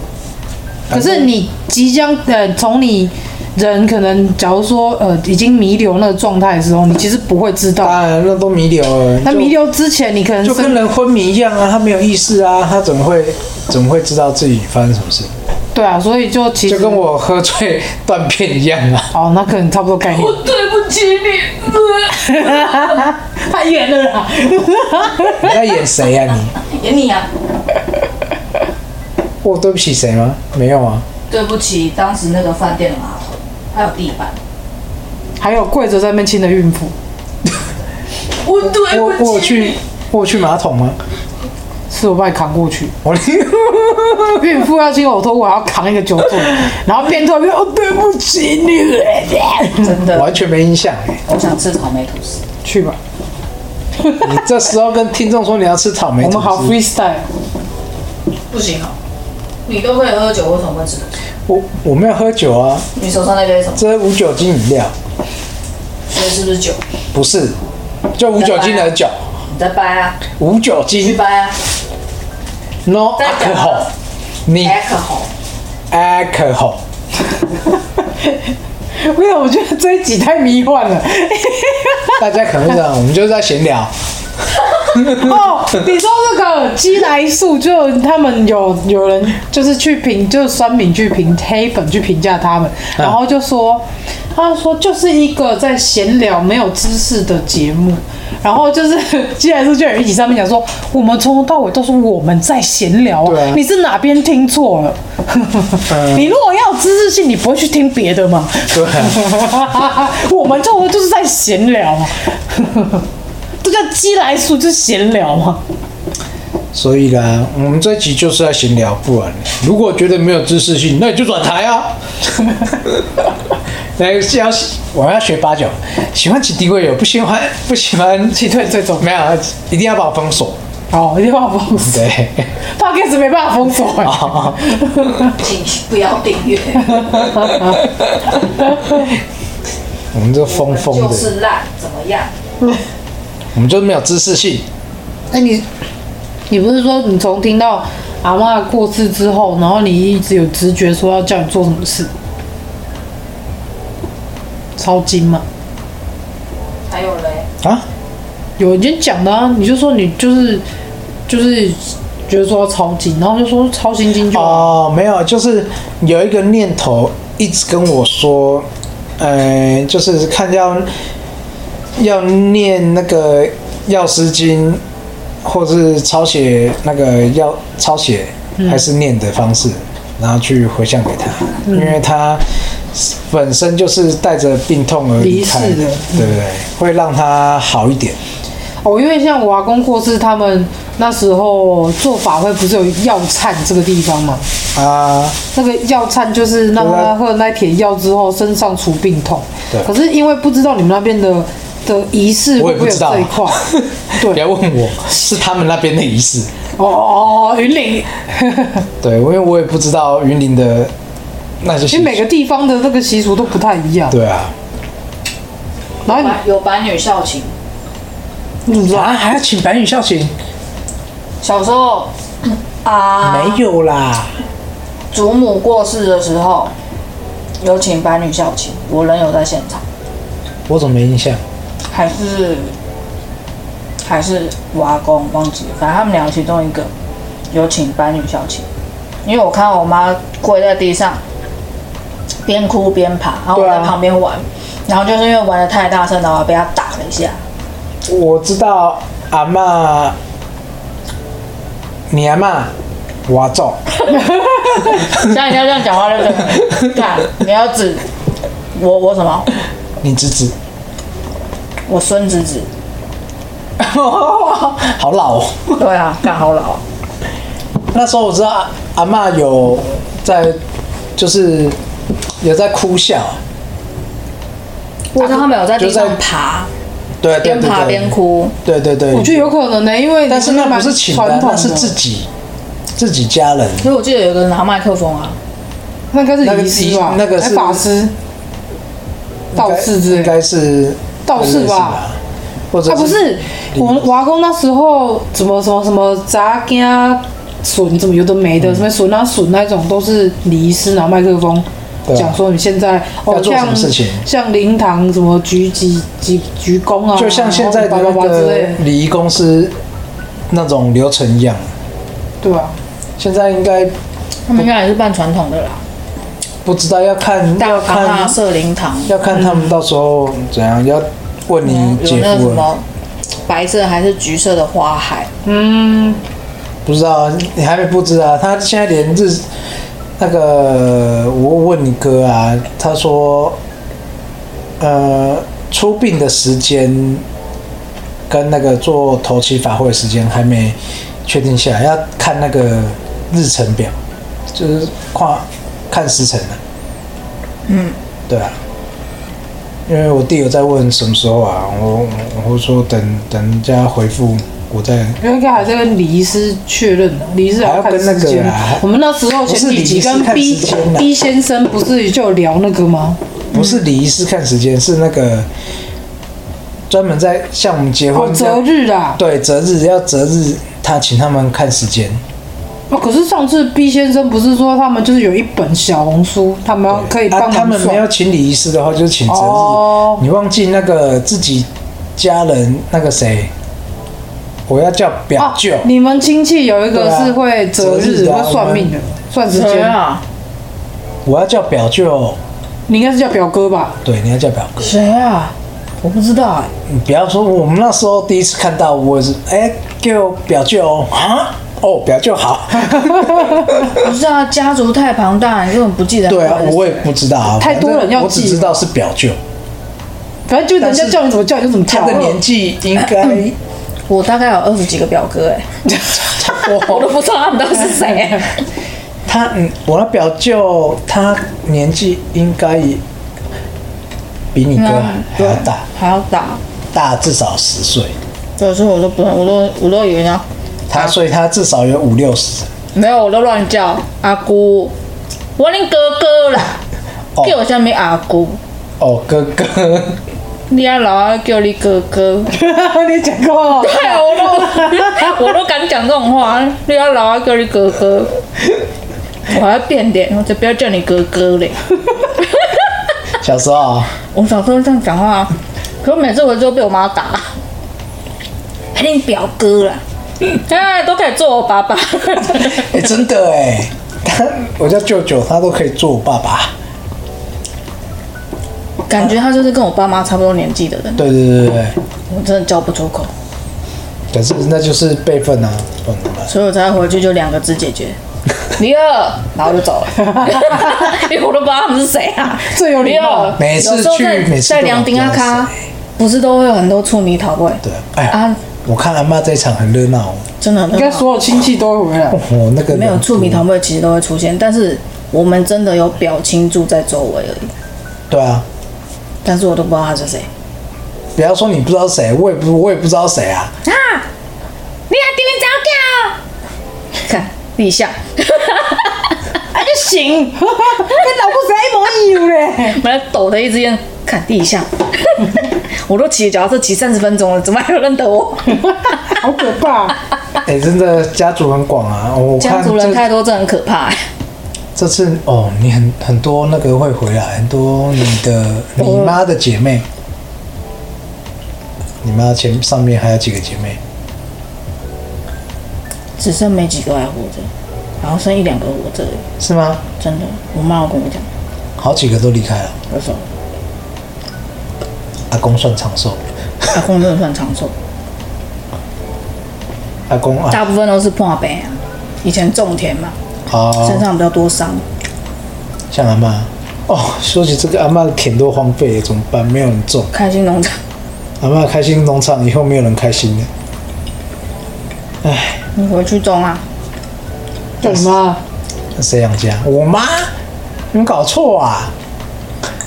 Speaker 4: 可是你即将呃从你。人可能，假如说，呃，已经弥留那个状态的时候，你其实不会知道，
Speaker 2: 当然啊那都弥留了，
Speaker 4: 那
Speaker 2: 就
Speaker 4: 弥留之前，你可能
Speaker 2: 就跟
Speaker 4: 是
Speaker 2: 人昏迷一样啊，他没有意识啊，他怎么会怎么会知道自己发生什么事？
Speaker 4: 对啊，所以就其实
Speaker 2: 就跟我喝醉断片一样啊。
Speaker 4: 哦，那可能差不多概念。
Speaker 3: 对不起你，
Speaker 4: 太远了啦，
Speaker 2: 你在演谁呀、啊、你？
Speaker 3: 演你啊！
Speaker 2: 我哦对不起谁吗？没有啊，
Speaker 3: 对不起，当时那个饭店的马桶还有地板，
Speaker 4: 还有跪着在那边亲的孕妇，
Speaker 3: 我对
Speaker 2: 我我有去我有去马桶吗？
Speaker 4: 是我把你扛 过去。
Speaker 2: 我
Speaker 4: 孕妇要亲呕吐物，还要扛一个酒桶，然后边吐边哦，对不起你，
Speaker 3: 真的，
Speaker 2: 完全没印象欸、
Speaker 3: 我想吃草莓吐司。
Speaker 4: 去吧，
Speaker 2: 你这时候跟听众说你要吃草莓
Speaker 4: 我
Speaker 2: 吐司，
Speaker 4: 们好 freestyle。
Speaker 3: 不行哦，你都可以喝酒，为什么不能吃东西？
Speaker 2: 我我没有喝酒啊，
Speaker 3: 你手上那个是什么？
Speaker 2: 这是无酒精饮料，
Speaker 3: 这是不是酒？
Speaker 2: 不是，就无酒精的酒，
Speaker 3: 你在掰啊，
Speaker 2: 无酒
Speaker 3: 你
Speaker 2: 精
Speaker 3: 掰啊
Speaker 2: no
Speaker 3: 再讲啊
Speaker 2: alcohol，你
Speaker 8: 嗯
Speaker 3: ，alcohol。
Speaker 2: alcohol。
Speaker 4: 为什么我觉得这一集太迷幻了？
Speaker 2: 大家可能会这样，我们就是在闲聊。
Speaker 4: 哦，你说那个鸡来素，就他们有有人就是去评，就是酸民去评黑粉去评价他们，
Speaker 2: 嗯
Speaker 4: 然后就说，他说就是一个在闲聊没有知识的节目。然后就是鸡来素就有人一起上面讲说，我们从头到尾都是我们在闲聊、
Speaker 2: 对啊嗯
Speaker 4: 你是哪边听错了？ 你如果要有知识性，你不会去听别的吗？
Speaker 2: 对啊，
Speaker 4: 我们这种就是在闲聊嘛， 这叫鸡来素，就是闲聊嘛。
Speaker 2: 所以啦，我们这一集就是在闲聊，不然如果觉得没有知识性，那你就转台啊。 来，是要我要学八九，喜欢请低位友，不喜欢不喜欢
Speaker 4: 请退最重
Speaker 2: 没有，一定要把我封锁。
Speaker 4: 哦，一定要封锁
Speaker 2: 对，
Speaker 4: ，Podcast 没办法封锁哎。
Speaker 8: 请不要订阅，
Speaker 2: 我们这疯疯的，
Speaker 8: 就是烂，怎么样？
Speaker 2: 我们就是没有知识性。
Speaker 4: 那你，你不是说你从听到阿嬷过世之后，然后你一直有直觉说要叫你做什么事？抄经嘛，
Speaker 8: 还有嘞，
Speaker 2: 啊？
Speaker 4: 有人先讲的啊，你就说你就是就是觉得说要抄经，然后就说抄心经就好啊
Speaker 2: 哦，没有，就是有一个念头一直跟我说，呃，就是看要要念那个《药师经》，或是抄写那个要抄写还是念的方式，然后去回向给他，
Speaker 4: 嗯
Speaker 2: 因为他本身就是带着病痛而离开
Speaker 4: 离世的
Speaker 2: 对不对？会让他好一点。
Speaker 4: 哦，因为像我阿公过世，他们那时候做法会不是有药忏这个地方嘛？
Speaker 2: 啊，
Speaker 4: 那个药忏就是让他喝那帖药之后，身上除病痛。
Speaker 2: 对
Speaker 4: 可是因为不知道你们那边的的仪式
Speaker 2: 我
Speaker 4: 会
Speaker 2: 也不
Speaker 4: 不会有
Speaker 2: 知道
Speaker 4: 这一块？ 对
Speaker 2: 不要问我，是他们那边的仪式。
Speaker 4: 哦哦，哦云岭，
Speaker 2: 对，因为我也不知道云林的那些习俗
Speaker 4: 其实每个地方的这个习俗都不太一样。
Speaker 2: 对啊，
Speaker 4: 然后你
Speaker 8: 有白女孝亲，
Speaker 2: 你啊还要请白女孝请？
Speaker 8: 小时候啊，
Speaker 2: 没有啦，
Speaker 8: 祖母过世的时候，有请白女孝亲，我人有在现场，
Speaker 2: 我怎么没印象？
Speaker 8: 还是还是我阿公忘记了，反正他们俩其中一个有请白女孝亲，因为我看到我妈跪在地上，边哭边爬，然后我
Speaker 2: 对啊
Speaker 8: 在旁边玩，然后就是因为玩的太大声，然后被她打了一下。
Speaker 2: 我知道阿嬷，你阿嬷，我阿祖，
Speaker 8: 像你要这样讲话就对了。看，你要指我我什么？
Speaker 2: 你侄子，
Speaker 8: 我孙子指。
Speaker 2: 好老、哦。
Speaker 8: 对啊，干好老啊。
Speaker 2: 那时候我知道阿阿嬷有在，就是有在哭笑，
Speaker 8: 我知道他们有在地
Speaker 2: 就在
Speaker 8: 上爬，
Speaker 2: 对对
Speaker 8: 边
Speaker 2: 对
Speaker 8: 爬
Speaker 2: 对
Speaker 8: 边，哭。
Speaker 2: 对对对。
Speaker 4: 我觉得有可能呢、因为
Speaker 2: 但是那不是请
Speaker 4: 请
Speaker 2: 的
Speaker 4: 传，统
Speaker 2: 那是自己自己家人。
Speaker 8: 所以我记得有个人拿麦克风啊，
Speaker 4: 那应该
Speaker 2: 那
Speaker 4: 是
Speaker 2: 个
Speaker 4: 仪式吧？
Speaker 2: 仪那个
Speaker 4: 哎
Speaker 2: 是
Speaker 4: 法师、道士之类
Speaker 2: 应
Speaker 4: 的。
Speaker 2: 该是
Speaker 4: 道士
Speaker 2: 类
Speaker 4: 吧
Speaker 2: 似或者
Speaker 4: 啊，不是，我们我阿公那时候怎么什么什么杂羹啊、笋，怎么有的没
Speaker 2: 嗯
Speaker 4: 的，什么笋啊笋那种，都是李医师拿麦克风
Speaker 2: 对啊
Speaker 4: 讲说你现在
Speaker 2: 要
Speaker 4: 哦，
Speaker 2: 做什么
Speaker 4: 像
Speaker 2: 事情
Speaker 4: 像灵堂什么鞠几鞠鞠躬
Speaker 8: 哦
Speaker 4: 啊，
Speaker 2: 就像现在的
Speaker 4: 然后
Speaker 2: 那
Speaker 4: 叭叭叭之
Speaker 2: 个
Speaker 4: 类的，
Speaker 2: 礼仪公司那种流程一样，
Speaker 4: 对啊，
Speaker 2: 现在应该
Speaker 8: 他们应该也是办传统的啦，
Speaker 2: 不知道要看
Speaker 8: 大
Speaker 2: 要
Speaker 8: 堂啊、
Speaker 2: 看
Speaker 8: 社灵堂，
Speaker 2: 要看他们到时候怎样，要问你
Speaker 8: 嗯有
Speaker 2: 嗯姐
Speaker 8: 那个
Speaker 2: 夫
Speaker 8: 什
Speaker 2: 啊了，
Speaker 8: 么白色还是橘色的花海，
Speaker 2: 不知道啊你还没不知道，他现在连日那个我问你哥啊，他说呃出殡的时间跟那个做头七法会的时间还没确定下来，要看那个日程表，就是跨看时辰了、嗯，对啊，因为我弟有在问什么时候啊，我我我说等等人家回复我再。
Speaker 4: 因为应该还在跟李医师确认呢，李医师
Speaker 2: 还要
Speaker 4: 看
Speaker 2: 跟那个
Speaker 4: 时间
Speaker 2: 啊
Speaker 4: 我们那时候前
Speaker 2: 不是
Speaker 4: 几
Speaker 2: 李医
Speaker 4: 集
Speaker 2: 师
Speaker 4: 跟
Speaker 2: 看
Speaker 4: B
Speaker 2: 时间啊
Speaker 4: B 先生不是就有聊那个吗？
Speaker 2: 不是礼仪是看时间，是那个专门在像我们结
Speaker 4: 哦，
Speaker 2: 婚
Speaker 4: 择日啦，
Speaker 2: 对择日要择日，他请他们看时间，
Speaker 4: 哦，可是上次 B 先生不是说他们就是有一本小红书，他们要可以
Speaker 2: 啊
Speaker 4: 帮
Speaker 2: 他
Speaker 4: 忙
Speaker 2: 们没
Speaker 4: 算、
Speaker 2: 有请礼仪师的话，就是请择日。
Speaker 4: 哦
Speaker 2: 你忘记那个自己家人那个谁，我要叫表舅。
Speaker 4: 哦，你们亲戚有一个
Speaker 2: 对啊
Speaker 4: 是会择日、
Speaker 2: 择日啊
Speaker 4: 会算命的，算时
Speaker 3: 谁
Speaker 4: 间。
Speaker 3: 啊？
Speaker 2: 我要叫表舅，
Speaker 4: 你应该是叫表哥吧？
Speaker 2: 对，你要叫表哥。
Speaker 3: 谁啊？我不知道哎、
Speaker 2: 你不要说我们那时候第一次看到，我也是哎、叫表舅哦啊，哦表舅 好，
Speaker 3: 不是啊，家族太庞大，你根本不记得。
Speaker 2: 对啊，我也不知道啊，
Speaker 4: 太多人
Speaker 2: 反
Speaker 4: 要记
Speaker 2: 正我只知道是表舅，
Speaker 4: 反正就人家叫你怎么叫你就怎么叫。
Speaker 2: 他的年纪应该
Speaker 3: 我大概有二十几个表哥哎、
Speaker 9: 我都不知道他们到底是谁、
Speaker 2: 他嗯，我的表舅他年纪应该也比你哥
Speaker 3: 嗯
Speaker 2: 还还要大，
Speaker 3: 还要打。
Speaker 2: 大至少十岁，
Speaker 3: 有时候我都不，我都我都以为呢，
Speaker 2: 他所以他至少有五六十。
Speaker 3: 没有，我都乱叫阿姑，我恁哥哥啦，
Speaker 2: 哦
Speaker 3: 叫我下面阿姑，
Speaker 2: 哦，哥 哥，
Speaker 3: 你阿老阿叫你哥哥，
Speaker 4: 你讲过，
Speaker 9: 哎呀，我都
Speaker 3: 我都 敢讲这种话，你阿老阿叫你哥哥，我还要变脸，我才不要叫你哥哥嘞。
Speaker 2: 小时候啊
Speaker 3: 我小时候这样讲话，可是每次回去都被我妈打，还你表哥啦，哎，都可以做我爸 爸。
Speaker 2: 哎、真的哎、他我叫舅舅，他都可以做我爸爸。
Speaker 3: 感觉他就是跟我爸妈差不多年纪的人，
Speaker 2: 对对对对对，
Speaker 3: 我真的叫不出口，
Speaker 2: 可是那就是辈分啊，不能吧？
Speaker 3: 所以我才回去就两个字解 决，李二，然后就走了， 因为我都不知道他们是谁啊。
Speaker 4: 最有
Speaker 3: 李
Speaker 4: 礼貌。
Speaker 3: 二，
Speaker 2: 每次
Speaker 3: 有时候
Speaker 2: 去
Speaker 3: 在
Speaker 2: 每次都
Speaker 3: 在凉丁阿
Speaker 2: 有
Speaker 3: 咖
Speaker 2: 谁，
Speaker 3: 不是都会有很多醋米讨味，
Speaker 2: 对，哎呀，
Speaker 3: 啊
Speaker 2: 我看阿妈这一场很热闹哦，
Speaker 3: 真的
Speaker 4: 应
Speaker 3: 很
Speaker 4: 该
Speaker 3: 好。
Speaker 4: 所有亲戚都会回来。
Speaker 2: 哦那个人
Speaker 3: 没有醋米讨味其实都会出现，但是我们真的有表亲住在周围而已，
Speaker 2: 对啊，
Speaker 3: 但是我都不知道他是谁。
Speaker 2: 不要说你不知道谁，我也不我也不知道谁啊，
Speaker 3: 你来顶面找叫，看立夏，
Speaker 4: 哎，就行，跟老公实在一模一样嘞。
Speaker 3: 本来抖的一支烟，看立夏， 我都骑脚踏车骑三十分钟了，怎么还有认得我？
Speaker 4: 好可 怕！
Speaker 2: 哎、真的家族很广啊，我
Speaker 3: 家
Speaker 2: 看
Speaker 3: 族人
Speaker 2: 这
Speaker 3: 太多，真的很可怕、
Speaker 2: 这次哦，你很很多那个会回来，很多你的你妈的姐妹，你妈前上面还有几个姐妹，
Speaker 3: 只剩没几个还活着，然后剩一两个活着而已，
Speaker 2: 是吗？
Speaker 3: 真的。我妈有跟我讲，
Speaker 2: 好几个都离开了，
Speaker 3: 我说
Speaker 2: 阿公算长寿，
Speaker 3: 阿公真的算长寿，
Speaker 2: 阿公啊，
Speaker 3: 大部分都是破病啊，以前种田嘛，
Speaker 2: 好
Speaker 3: 身上比较多伤，
Speaker 2: 像阿妈。哦，说起这个阿妈的田都荒废了，怎么办？没有人种。
Speaker 3: 开心农场。
Speaker 2: 阿妈开心农场以后没有人开心了。
Speaker 3: 你回去种啊，
Speaker 4: 叫你妈，
Speaker 2: 谁养家？我妈？你们搞错啊！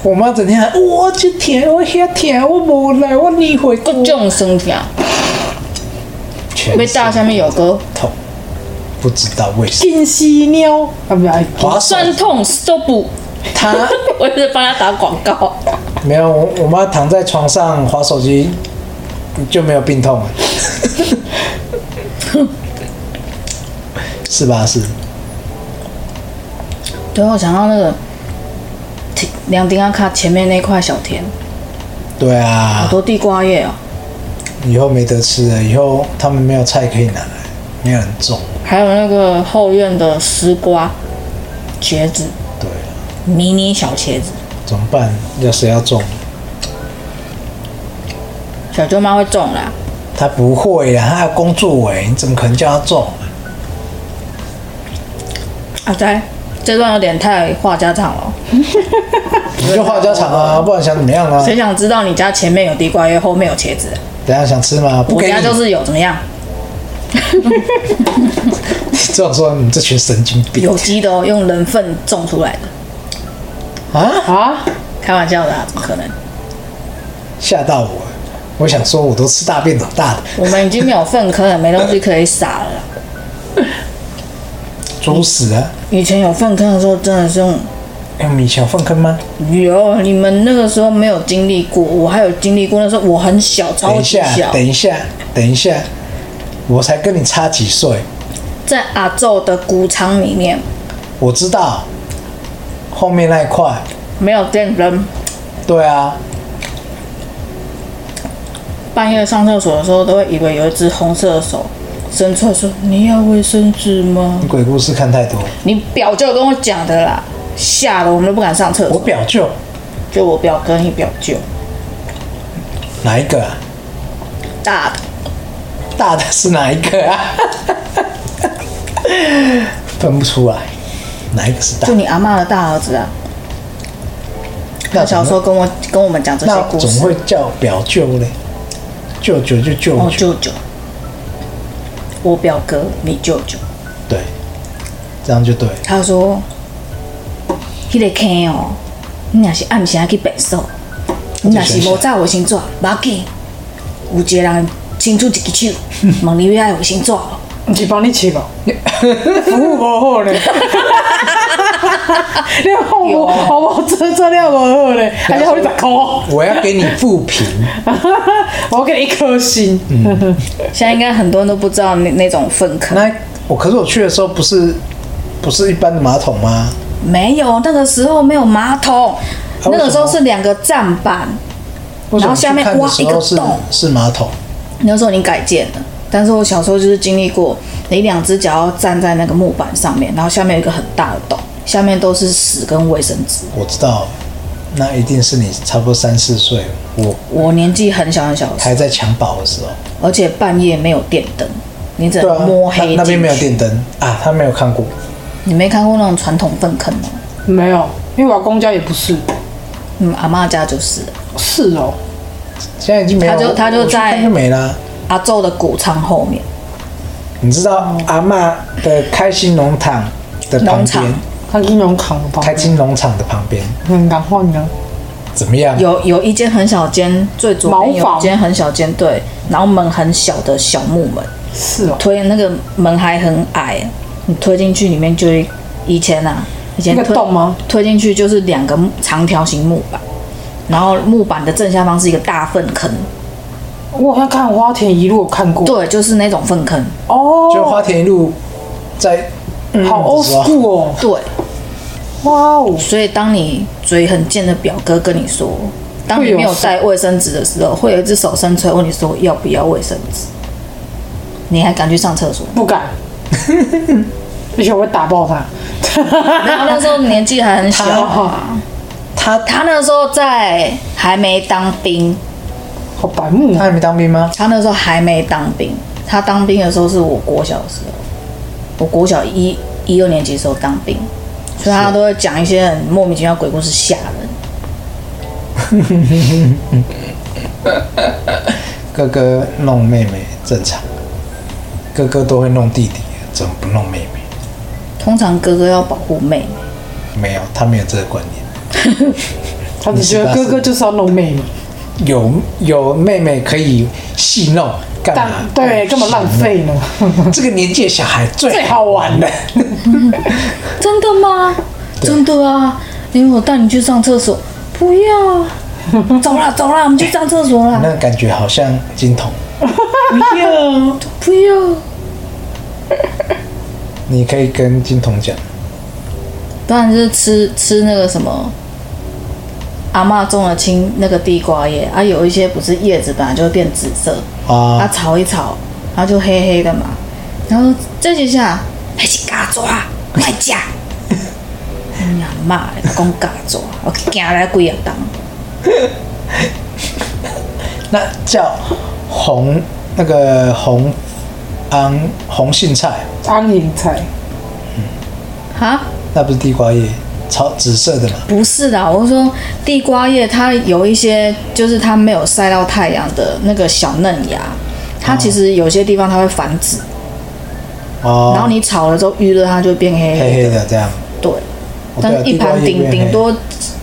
Speaker 2: 我妈整天还我这天我那天我无来我离回国，
Speaker 3: 各种生条，
Speaker 2: 全
Speaker 3: 被大下面有个
Speaker 2: 痛，不知道为什么。
Speaker 4: 金丝鸟啊，不是，
Speaker 2: 划手
Speaker 9: 酸痛都不，
Speaker 2: 她
Speaker 9: 我也是帮他打广告。
Speaker 2: 没有我我妈躺在床上划手机就没有病痛了， 是吧？是
Speaker 3: 对，我想到那个田凉丁阿卡前面那块小田，
Speaker 2: 对
Speaker 3: 好
Speaker 2: 啊，
Speaker 3: 多地瓜叶哦，
Speaker 2: 以后没得吃了，以后他们没有菜可以拿来，没有人种，
Speaker 3: 还有那个后院的丝瓜、茄子、
Speaker 2: 对啊，
Speaker 3: 迷你小茄子。
Speaker 2: 怎么办？要谁要种？
Speaker 3: 小舅妈会种啦，
Speaker 2: 他不会啦，他有工作哎，你怎么可能叫他种啊？
Speaker 3: 阿呆，啊这段有点太话家常了。
Speaker 2: 你就话家常啊，不然想怎么样啊？
Speaker 3: 哦谁想知道你家前面有地瓜叶，后面有茄子？
Speaker 2: 等一下想吃吗？不
Speaker 3: 我
Speaker 2: 给
Speaker 3: 家
Speaker 2: 你。
Speaker 3: 就是有，怎么样？
Speaker 2: 这种说你这群神经病
Speaker 3: 有机的哦，用人粪种出来的，
Speaker 2: 啊！
Speaker 4: 啊，
Speaker 3: 开玩笑的、啊，怎么可能？
Speaker 2: 吓到我，我想说我都吃大便长大的，
Speaker 3: 我们已经没有粪坑了，没东西可以撒了啦。
Speaker 2: 猪屎啊！
Speaker 3: 以前有粪坑的时候，真的是用
Speaker 2: 哎，我们以前有粪坑吗？
Speaker 3: 有，你们那个时候没有经历过，我还有经历过。那时候我很小，
Speaker 2: 等
Speaker 3: 超
Speaker 2: 一
Speaker 3: 级
Speaker 2: 下，
Speaker 3: 哦小
Speaker 2: 等，一下，等一下，我才跟你差几岁，
Speaker 3: 在阿昼的谷仓里面
Speaker 2: 我知道后面那一块，
Speaker 3: 没有电灯，
Speaker 2: 对啊，
Speaker 3: 半夜上厕所的时候，都会以为有一只红色的手伸出来说：“你要卫生纸吗
Speaker 2: 鬼故事看太多。？”
Speaker 3: 你表舅跟我讲的啦，吓得我们都不敢上厕
Speaker 2: 我
Speaker 3: 所。
Speaker 2: 表舅
Speaker 3: 就我表哥，你表舅，
Speaker 2: 哪一个啊？
Speaker 3: 大的
Speaker 2: 大的是哪一个啊？分不出来，哪一个是大
Speaker 3: 就？你阿妈的大儿子啊。他小时候跟我跟我们讲这些
Speaker 2: 那
Speaker 3: 故
Speaker 2: 总
Speaker 3: 事。
Speaker 2: 会叫表舅嘞？舅舅就舅
Speaker 3: 哦，
Speaker 2: 舅，
Speaker 3: 舅舅，我表哥，你舅舅。
Speaker 2: 对，这样就对了。
Speaker 3: 他说：“迄、个坑哦，你若是暗时去便所，你若是无炸卫生纸，无要紧。有一个人伸出一 只手，问你要卫生纸无？
Speaker 4: 你去帮你吃 吧，服务不好 嘞。你看我好无做做了无好嘞，而且好你十块，
Speaker 2: 我要给你复 评，
Speaker 4: 我给你一颗星。
Speaker 3: 现在应该很多人都不知道那那种粪坑。
Speaker 2: 那我可是我去的时候不是不是一般的马桶吗？
Speaker 3: 没有，那个时候没有马桶，
Speaker 2: 啊
Speaker 3: 那个时候是两个站板，
Speaker 2: 为什么
Speaker 3: 然后哦下面
Speaker 2: 去看的
Speaker 3: 挖一个
Speaker 2: 时候
Speaker 3: 洞
Speaker 2: 是是马桶，
Speaker 3: 那时候已经改建了。但是我小时候就是经历过，你两只脚要站在那个木板上面，然后下面有一个很大的洞，下面都是屎跟卫生纸。
Speaker 2: 我知道，那一定是你差不多三四岁，我
Speaker 3: 我年纪很小很小的时候
Speaker 2: 还在襁褓的时候。
Speaker 3: 而且半夜没有电灯，你只
Speaker 2: 对啊
Speaker 3: 能，摸
Speaker 2: 那
Speaker 3: 黑、
Speaker 2: 那边没有，电灯啊，他没有看过。
Speaker 3: 你没看过那种传统粪坑吗？
Speaker 4: 没有，因为我公家也不是，
Speaker 3: 嗯，阿妈家就是
Speaker 4: 是哦，
Speaker 2: 现在已经没有，
Speaker 3: 他就
Speaker 2: 我
Speaker 3: 他就
Speaker 2: 我去
Speaker 3: 在
Speaker 2: 看就没啦。
Speaker 3: 阿昼的谷仓后面，
Speaker 2: 你知道阿嬷的开心农场的旁
Speaker 3: 哦农场哦
Speaker 2: 边，
Speaker 4: 他金融扛的吧？
Speaker 2: 开心农场的旁边
Speaker 4: 很敢换呢。
Speaker 2: 怎么样？
Speaker 3: 有有一间很小间，最左边
Speaker 4: 茅
Speaker 3: 有
Speaker 4: 房
Speaker 3: 一间很小间，对，然后门很小的小木门，
Speaker 4: 是哦，
Speaker 3: 推那个门还很矮，你推进去里面就一以前啊，以前
Speaker 4: 那个
Speaker 3: 推
Speaker 4: 洞吗？
Speaker 3: 推进去就是两个木长条形木板，然后木板的正下方是一个大粪坑，
Speaker 4: 我好像看花田一路有看过。
Speaker 3: 对，就是那种粪坑，
Speaker 2: 就
Speaker 4: 哦，
Speaker 2: 花田一路在，
Speaker 4: 好 old
Speaker 2: 是吧
Speaker 4: school 哦，
Speaker 3: 对。
Speaker 4: 哇哦，
Speaker 3: 所以，当你嘴很贱的表哥跟你说，当你没有带卫生纸的时候，会有一只手伸出来问你说要不要卫生纸，你还敢去上厕所？
Speaker 4: 不 敢，而且我会打爆 他。
Speaker 3: 然后那时候年纪还 很小啊，
Speaker 2: 他
Speaker 3: 他那时候在还没当兵，
Speaker 4: 好白目
Speaker 2: 他
Speaker 4: 啊！
Speaker 2: 还没当兵吗？
Speaker 3: 他那时候还没当兵，他当兵的时候是我国小的时候，我国小一一二年级的时候当兵，所以他都会讲一些很莫名其妙的鬼故事吓人。
Speaker 2: 哥哥弄妹妹正常，哥哥都会弄弟弟，怎么不弄妹妹？
Speaker 3: 通常哥哥要保护妹妹。
Speaker 2: 没有，他没有这个观念。
Speaker 4: 他只觉得哥哥就是要弄妹妹，
Speaker 2: 有有妹妹可以戏弄，干
Speaker 4: 但
Speaker 2: 嘛？
Speaker 4: 对，
Speaker 2: 干
Speaker 4: 干嘛
Speaker 2: 嘛
Speaker 4: 浪费呢？
Speaker 2: 这个年纪的小孩最
Speaker 4: 最
Speaker 2: 好
Speaker 4: 好
Speaker 2: 玩
Speaker 4: 玩
Speaker 2: 的
Speaker 4: 的。
Speaker 3: 真的吗？真的啊！因为我带你去上厕所，不要。走啦走啦，我们去上厕所啦！
Speaker 2: 那感觉好像金童，
Speaker 3: 不要。
Speaker 2: 你可以跟金童讲，
Speaker 3: 不然就是吃吃那个什么，阿嬷种的青那个地瓜叶啊，有一些不是叶子本来就会变紫色，
Speaker 2: 啊
Speaker 3: 啊炒一炒，然后就黑黑的嘛。然后这几下还是嘎抓，快哎夹。你阿嬷咧讲嘎抓，我惊来几啊当。
Speaker 2: 那叫红那个红昂红杏菜，
Speaker 4: 安营菜，
Speaker 3: 哈？
Speaker 2: 那不是地瓜叶，超紫色的嘛？
Speaker 3: 不是的，我是说地瓜叶它有一些就是它没有晒到太阳的那个小嫩芽，它其实有些地方它会繁殖，
Speaker 2: 哦，
Speaker 3: 然后你炒了之后预热它就会变黑
Speaker 2: 黑
Speaker 3: 黑
Speaker 2: 黑
Speaker 3: 的，
Speaker 2: 的这样，
Speaker 3: 对。
Speaker 2: 哦
Speaker 3: 但
Speaker 2: 对啊
Speaker 3: 是一盘
Speaker 2: 地瓜叶
Speaker 3: 顶
Speaker 2: 变黑
Speaker 3: 顶多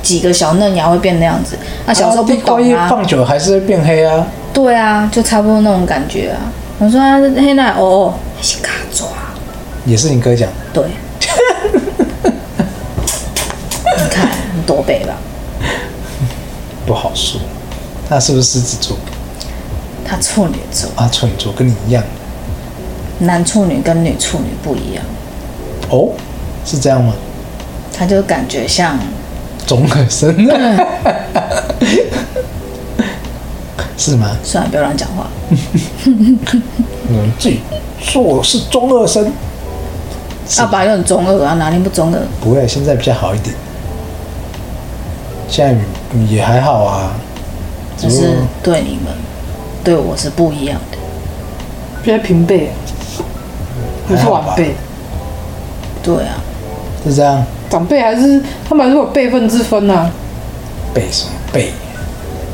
Speaker 3: 几个小嫩芽会变那样子，那小时候不
Speaker 2: 地瓜
Speaker 3: 懂
Speaker 2: 叶
Speaker 3: 啊，
Speaker 2: 放久了还是会变黑啊。
Speaker 3: 对啊，就差不多那种感觉啊。我说它是黑奶哦哦，还是嘎抓，
Speaker 2: 也是你哥讲，
Speaker 3: 对。 你看你多背吧，
Speaker 2: 不好说。那是不是狮子座
Speaker 3: 它处女座，
Speaker 2: 啊？处女座跟你一样
Speaker 3: 男处女跟女处女不一样。
Speaker 2: 哦？是这样吗？
Speaker 3: 他就感觉像
Speaker 2: 总和生。 是吗？
Speaker 3: 算了，不要乱讲话。
Speaker 2: 嗯，自己说我是中二生，
Speaker 3: 阿爸又很中二啊，哪里不中二？
Speaker 2: 不会，现在比较好一点，现在也还好啊，只
Speaker 3: 只
Speaker 2: 不过
Speaker 3: 是对你们，对我是不一样的。
Speaker 4: 比较平辈，不是晚辈，
Speaker 3: 对啊，
Speaker 2: 是这样
Speaker 4: 长辈还是他们还是有辈分之分呐、啊。
Speaker 2: 背什么背，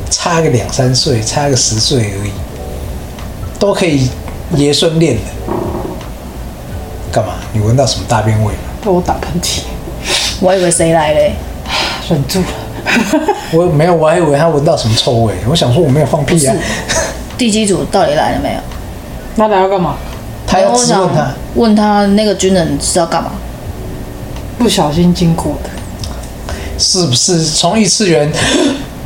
Speaker 2: 差个两三岁，差个十岁而已，都可以爷孙恋的。干嘛？你闻到什么大便味吗？
Speaker 4: 我打喷嚏，
Speaker 3: 我以为谁来嘞？
Speaker 4: 忍住了。
Speaker 2: 我没有，我还以为他闻到什么臭味。我想说我没有放屁啊
Speaker 3: 不，地基组到底来了没有？哎
Speaker 4: 那来要干嘛？
Speaker 2: 他要
Speaker 3: 我
Speaker 2: 质
Speaker 3: 想
Speaker 2: 问他，
Speaker 3: 问他那个军人是要干嘛？
Speaker 4: 不小心经过的，
Speaker 2: 是不是从异次元，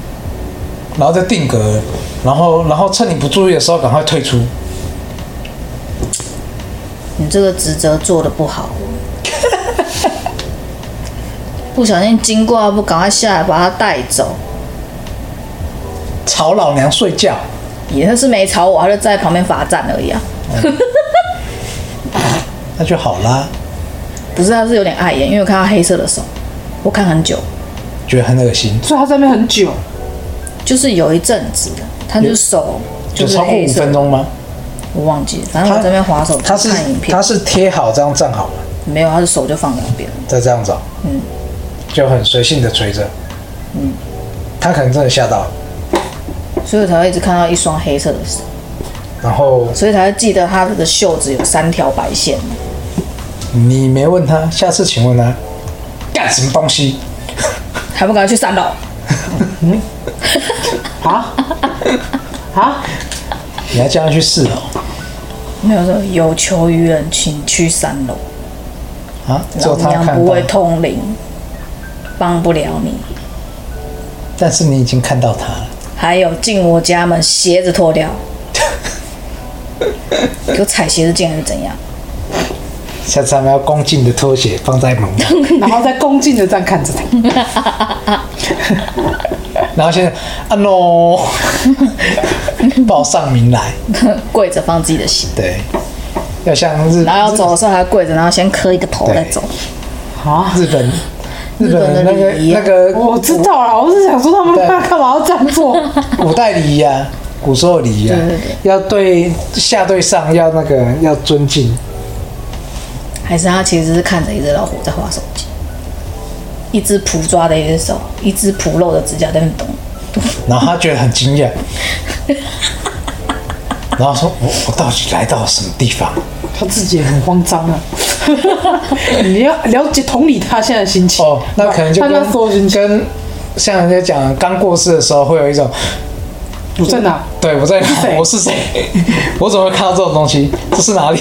Speaker 2: 然后再定格，然后然后趁你不注意的时候赶快退出。
Speaker 3: 你这个职责做的不好，不小心经过，啊还不赶快下来把他带走？
Speaker 2: 吵老娘睡觉，
Speaker 3: 也是没吵我，他就在旁边罚站而已啊。
Speaker 2: 那就好啦，
Speaker 3: 不是，他是有点碍眼，因为我看他黑色的手，我看很久，
Speaker 2: 觉得很恶心，
Speaker 4: 所以他在那边很久，
Speaker 3: 就是有一阵子，他就手
Speaker 2: 就是超过
Speaker 3: 黑
Speaker 2: 五
Speaker 3: 色
Speaker 2: 分，钟吗？
Speaker 3: 我忘记，反正我在那边划手
Speaker 2: 他是
Speaker 3: 看影片
Speaker 2: 他，是贴好这样站好吗？
Speaker 3: 没有，他的手就放两边，
Speaker 2: 再这样子、哦，
Speaker 3: 嗯，
Speaker 2: 就很随性的垂着，他可能真的吓到了，
Speaker 3: 所以我才会一直看到一双黑色的手，
Speaker 2: 然后
Speaker 3: 所以才会记得他的袖子有三条白线。
Speaker 2: 你没问他，下次请问他干什么东西？
Speaker 3: 还不赶快去三楼？
Speaker 4: 啊啊，
Speaker 2: 你还叫他去哦四楼
Speaker 3: 没有说有求于人，请去三楼。
Speaker 2: 啊？只有
Speaker 3: 老
Speaker 2: 他
Speaker 3: 娘
Speaker 2: 看
Speaker 3: 不
Speaker 2: 到
Speaker 3: 会，通灵，帮不了你。
Speaker 2: 但是你已经看到他了，
Speaker 3: 还有进我家门，鞋子 脱掉，给我踩鞋子进来是怎样？
Speaker 2: 下次他们要恭敬的拖鞋放在门 外，
Speaker 4: 然后再恭敬的这样看着他，
Speaker 2: 然后现在啊 no，报上名来，
Speaker 3: 跪着放自己的鞋，
Speaker 2: 对，要像日
Speaker 3: 然后要走的时候还跪着，然后先磕一个头再走。
Speaker 2: 日本日本的那
Speaker 3: 日本的
Speaker 2: 个
Speaker 3: 礼仪啊
Speaker 2: 那个
Speaker 4: 我知道了，我是想说他们
Speaker 2: 对
Speaker 4: 他干嘛要这样做？
Speaker 2: 古代礼仪啊，古时候礼仪啊，要对下对上要那个要尊敬，
Speaker 3: 还是他其实是看着一只老虎在划手机，一只蒲抓的一只手，一只蒲露的指甲在那动。
Speaker 2: 然后他觉得很惊讶，然后说我我到底来到什么地方？
Speaker 4: 他自己也很慌 张啊。你要了解同理他现在的心情
Speaker 2: 哦，那可能就
Speaker 4: 他那
Speaker 2: 跟
Speaker 4: 时候心情
Speaker 2: 跟像人家讲刚过世的时候会有一种
Speaker 4: 我在哪？
Speaker 2: 对我在哪
Speaker 4: 谁
Speaker 2: 我是谁，我怎么会看到这种东西？这是哪里？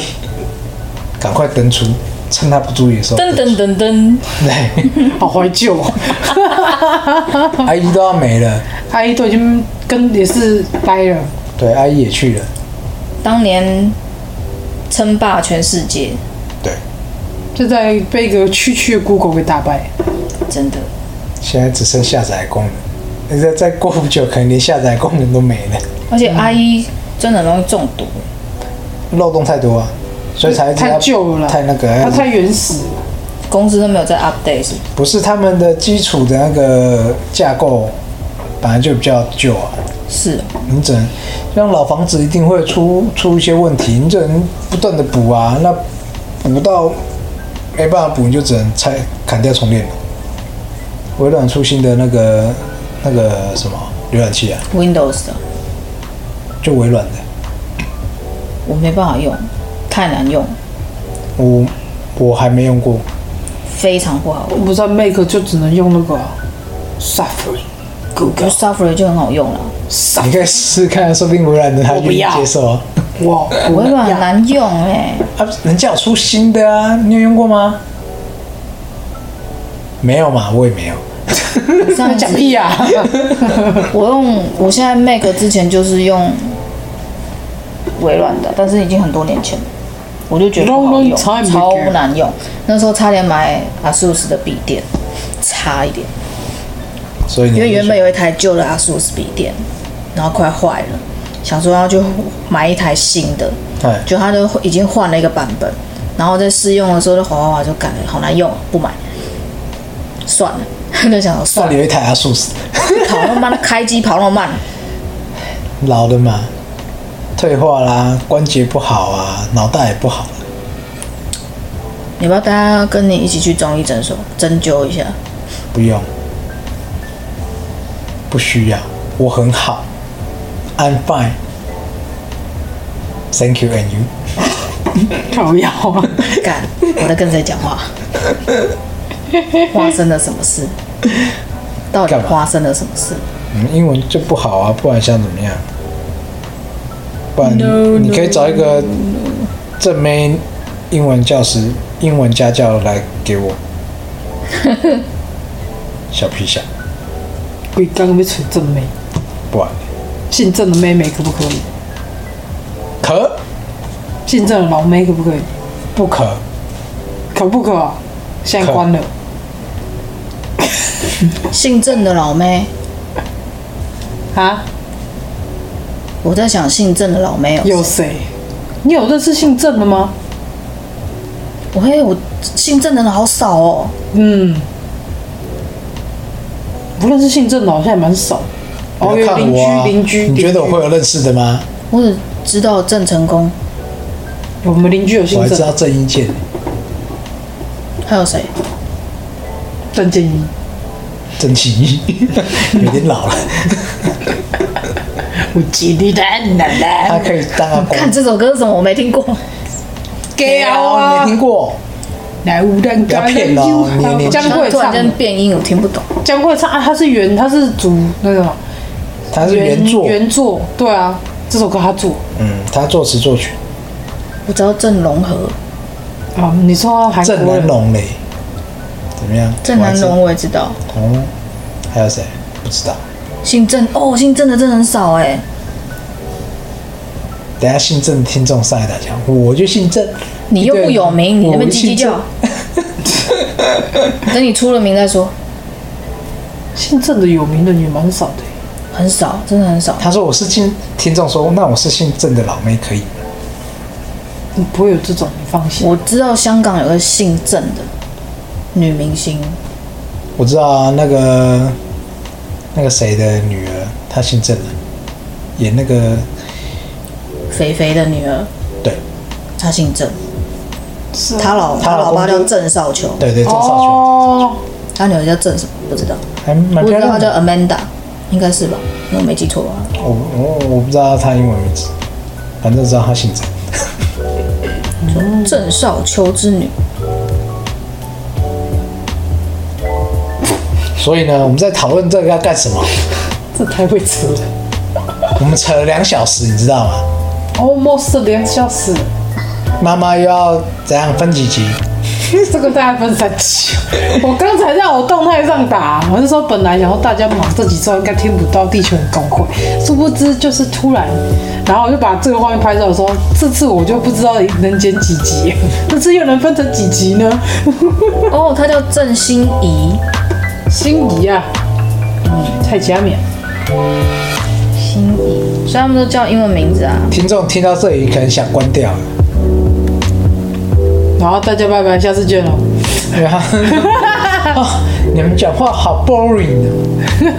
Speaker 2: 赶快登出，趁他不注意的时候登
Speaker 10: 噔
Speaker 2: 出。
Speaker 10: 噔噔噔，
Speaker 2: 对，
Speaker 4: 好怀旧、哦，
Speaker 2: 阿姨都要没了，
Speaker 4: 阿姨都已经跟也是呆了，
Speaker 2: 对，阿姨也去了，
Speaker 3: 当年称霸全世界，
Speaker 2: 对，
Speaker 4: 就在被一个区区的 Google 给打败。
Speaker 3: 真的。
Speaker 2: 现在只剩下载功能，再再过不久，可能连下载功能都没了，
Speaker 3: 而且阿姨真的很容易中毒，
Speaker 2: 漏洞太多啊，所以才一直
Speaker 4: 太
Speaker 2: 要
Speaker 4: 旧了啦，
Speaker 2: 太那个，嗯哎
Speaker 4: 它太原始了。
Speaker 3: 公司都没有在 update，是不是
Speaker 2: 不是他们的基础的那个架构本来就比较旧啊，
Speaker 3: 是哦
Speaker 2: 你只能像老房子一定会出出一些问题，你只能不断的补啊，那补到没办法补，你就只能拆砍掉重练了。微软出新的那个那个什么浏览器啊，
Speaker 3: Windows 的，
Speaker 2: 就微软的，
Speaker 3: 我没办法用，太难用，
Speaker 2: 我我还没用过，
Speaker 3: 非常不好用。
Speaker 4: 不是 Make 就只能用那个 Safari
Speaker 3: 就
Speaker 4: Google
Speaker 3: Safari 就很好用了，
Speaker 2: 你可以试试看，说不定微软的他
Speaker 4: 我不
Speaker 2: 愿意
Speaker 4: 要
Speaker 2: 接受啊。
Speaker 4: 哇，我
Speaker 3: 微软很难用哎、
Speaker 2: 啊，人家有出新的啊，你有用过吗？没有嘛，我也没有。
Speaker 3: 欸， 这样
Speaker 4: 讲
Speaker 3: 子。
Speaker 4: 屁 呀、
Speaker 3: 我用我现在 Mac 之前就是用微软的，但是已经很多年前了，我就觉得不好
Speaker 4: Long,
Speaker 3: 用，
Speaker 4: long time
Speaker 3: 超
Speaker 4: ago
Speaker 3: 难用。那时候差点买 ASUS 的笔电，差一点，
Speaker 2: 所以你
Speaker 3: 因为原本有一台旧的 ASUS 笔电，然后快坏了，想说要去买一台新的，
Speaker 2: 哎，
Speaker 3: 就他都已经换了一个版本，然后在试用的时候就滑滑滑就感觉好难用，不买，算了， 就想说
Speaker 2: 那
Speaker 3: 算
Speaker 2: 里
Speaker 3: 了，
Speaker 2: 有一台阿素斯，
Speaker 3: 跑那么慢，开机跑那么慢，
Speaker 2: 老了嘛，退化啦，关节不好啊，脑袋也不好，
Speaker 3: 你要不要大家跟你一起去中医诊所针灸 一下？
Speaker 2: 不用，不需要，我很好，I'm fine。Thank you and you。
Speaker 4: 靠腰啊，
Speaker 3: 干，我在跟谁讲话？发生了什么事？到底
Speaker 2: 干嘛
Speaker 3: 发生了什么事？
Speaker 2: 嗯，英文就不好啊，不然想怎么样？不然你可以找一个正妹英文教师、英文家教来给 我。小皮小，
Speaker 4: 鬼刚刚被锤正妹，
Speaker 2: 不然
Speaker 4: 姓郑的妹妹可不可以？
Speaker 2: 可
Speaker 4: 姓郑的老妹可不可以？
Speaker 2: 不可？
Speaker 4: 可不可啊？现在关了，
Speaker 3: 姓郑的老妹，
Speaker 4: 啊？
Speaker 3: 我在想姓郑的老妹哦
Speaker 4: 有
Speaker 3: 有谁，
Speaker 4: 谁？你有认识姓郑的吗？
Speaker 3: 我嘿，我姓郑的人好少哦。
Speaker 4: 嗯，不认识姓郑的，好像也蛮少。哦，
Speaker 2: 不要
Speaker 4: 有
Speaker 2: 看
Speaker 4: 邻
Speaker 2: 我啊！
Speaker 4: 居，邻居，
Speaker 2: 你觉得
Speaker 4: 邻
Speaker 2: 我
Speaker 4: 居
Speaker 2: 会有认识的吗？
Speaker 3: 我只知道郑成功，
Speaker 4: 我们邻居有
Speaker 2: 我
Speaker 4: 姓
Speaker 2: 还知
Speaker 4: 郑
Speaker 2: 道，郑伊健，
Speaker 3: 还有谁？
Speaker 4: 郑建一，
Speaker 2: 郑启 义，有点老了，
Speaker 4: 我记得的奶奶。
Speaker 2: 他可以当阿公。
Speaker 3: 看这首歌是什么？我没听过。
Speaker 4: 给
Speaker 2: 哦，你没
Speaker 4: 啊
Speaker 2: 听！过？
Speaker 4: 来无蛋
Speaker 2: 不要骗人哦你你
Speaker 4: 江蕙
Speaker 3: 突然
Speaker 4: 唱的
Speaker 3: 间，变音，我听不懂。
Speaker 4: 江蕙唱啊，他是原，他是主那个
Speaker 2: 他是原作，
Speaker 4: 原作，对啊，这首歌他做
Speaker 2: 嗯，他作词作曲。
Speaker 3: 我知道郑容和、
Speaker 4: 啊。你说他韩
Speaker 2: 郑
Speaker 4: 国
Speaker 2: 南
Speaker 4: 人
Speaker 2: 龙嘞，怎么样？
Speaker 3: 郑南龙，我也知道。
Speaker 2: 哦，还有谁？不知道。
Speaker 3: 姓郑哦，姓郑的真的很少哎。
Speaker 2: 等一下姓郑的听众上来打枪，我就姓郑。
Speaker 3: 你又不有名，你那边
Speaker 2: 我
Speaker 3: 叽叽
Speaker 2: 姓郑
Speaker 3: 叫。 等你出了名再说。
Speaker 4: 姓郑的有名的也蛮少的，
Speaker 3: 很少，真的很少。
Speaker 2: 他说我是姓听众说，那我是姓郑的老妹可以吗？
Speaker 4: 不会有这种，你放心。
Speaker 3: 我知道香港有个姓郑的女明星，
Speaker 2: 我知道啊，那个那个谁的女儿，她姓郑的，啊演那个
Speaker 3: 肥肥的女儿，
Speaker 2: 对
Speaker 3: 她姓郑，
Speaker 4: 是
Speaker 3: 她老
Speaker 2: 她
Speaker 3: 她
Speaker 2: 老
Speaker 3: 老爸
Speaker 2: 公
Speaker 3: 叫
Speaker 2: 就
Speaker 3: 郑少秋，
Speaker 2: 对对郑少秋，
Speaker 4: 哦，
Speaker 3: 她女儿叫郑什么不知道，
Speaker 2: 还蛮
Speaker 3: 我
Speaker 2: 漂
Speaker 3: 知道她
Speaker 2: 亮
Speaker 3: 叫
Speaker 2: 的。
Speaker 3: Amanda，应该是吧？我没记错吧？
Speaker 2: 我我我不知道她英文名字，反正知道她姓郑。嗯
Speaker 3: 郑少秋之女，
Speaker 2: 所以呢，我们在讨论这个要干什么？
Speaker 4: 这太会吃了
Speaker 2: 我们扯了两小时，你知道吗？
Speaker 4: ，almost 两小时，
Speaker 2: 妈妈又要怎样分几集？
Speaker 4: 这个大概分三期。我刚才在我动态上打，我是说本来想说大家忙这几周应该听不到地球人公会，殊不知就是突然，然后我就把这个画面拍照说，这次我就不知道能剪几集， 这次又能分成几集呢？
Speaker 3: 哦，她叫郑欣宜，
Speaker 4: 心仪啊，嗯，蔡佳敏，
Speaker 3: 欣宜，所以他们都叫英文名字啊。
Speaker 2: 听众听到这里可能想关掉了，
Speaker 4: 然后大家拜拜，下次见哦喽。
Speaker 2: 因 为他啊你们讲话好 boring 啊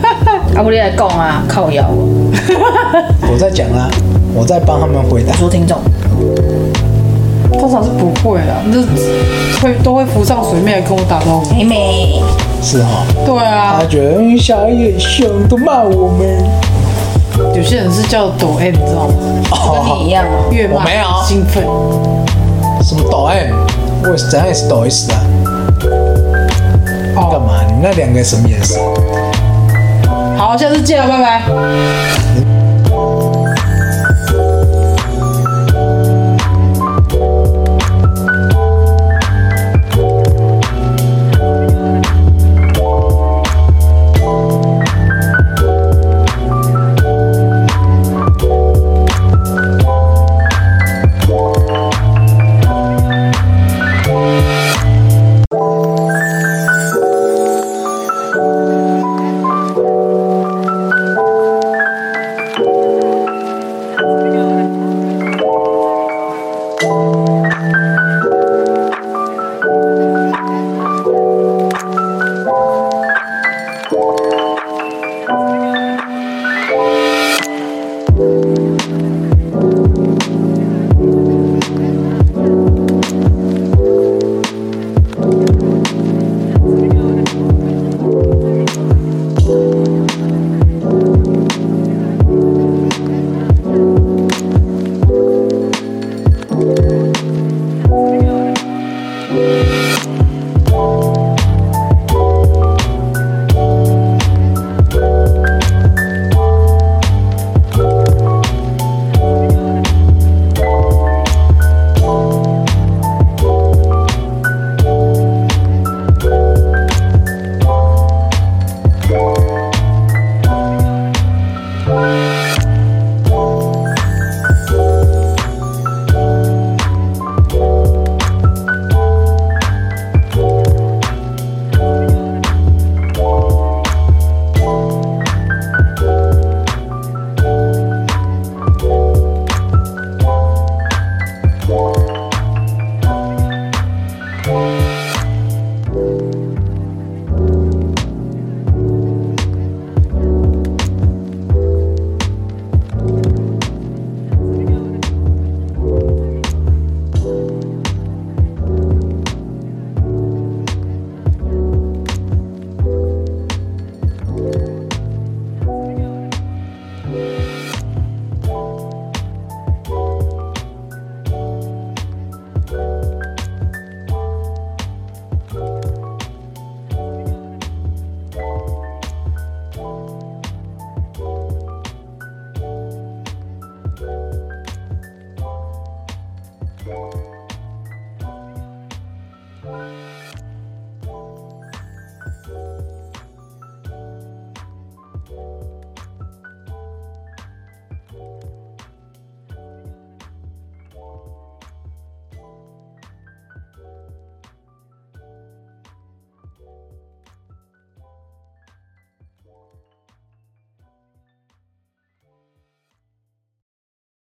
Speaker 3: 啊，我你来讲啊，靠腰哦，
Speaker 2: 我在讲啊，我在帮他们回答
Speaker 3: 我。说听众，
Speaker 4: 通常是不会啦，那会都会浮上水面来跟我打招呼。
Speaker 3: 美美，
Speaker 2: 是哈、哦，
Speaker 4: 对啊
Speaker 2: 他，觉得嗯小孩也凶，都骂我们。
Speaker 4: 有些人是叫抖 M，你知道吗？
Speaker 3: 跟你一样哦。
Speaker 4: 越
Speaker 2: 我
Speaker 4: 骂
Speaker 2: 没有
Speaker 4: 越兴奋。
Speaker 2: 哦什么抖 M，我也是怎样也是抖 S 啊？干
Speaker 4: 哦，
Speaker 3: 哦
Speaker 2: 嘛？你们那两个什么颜色？
Speaker 4: 好，下次见了，拜拜。
Speaker 2: 你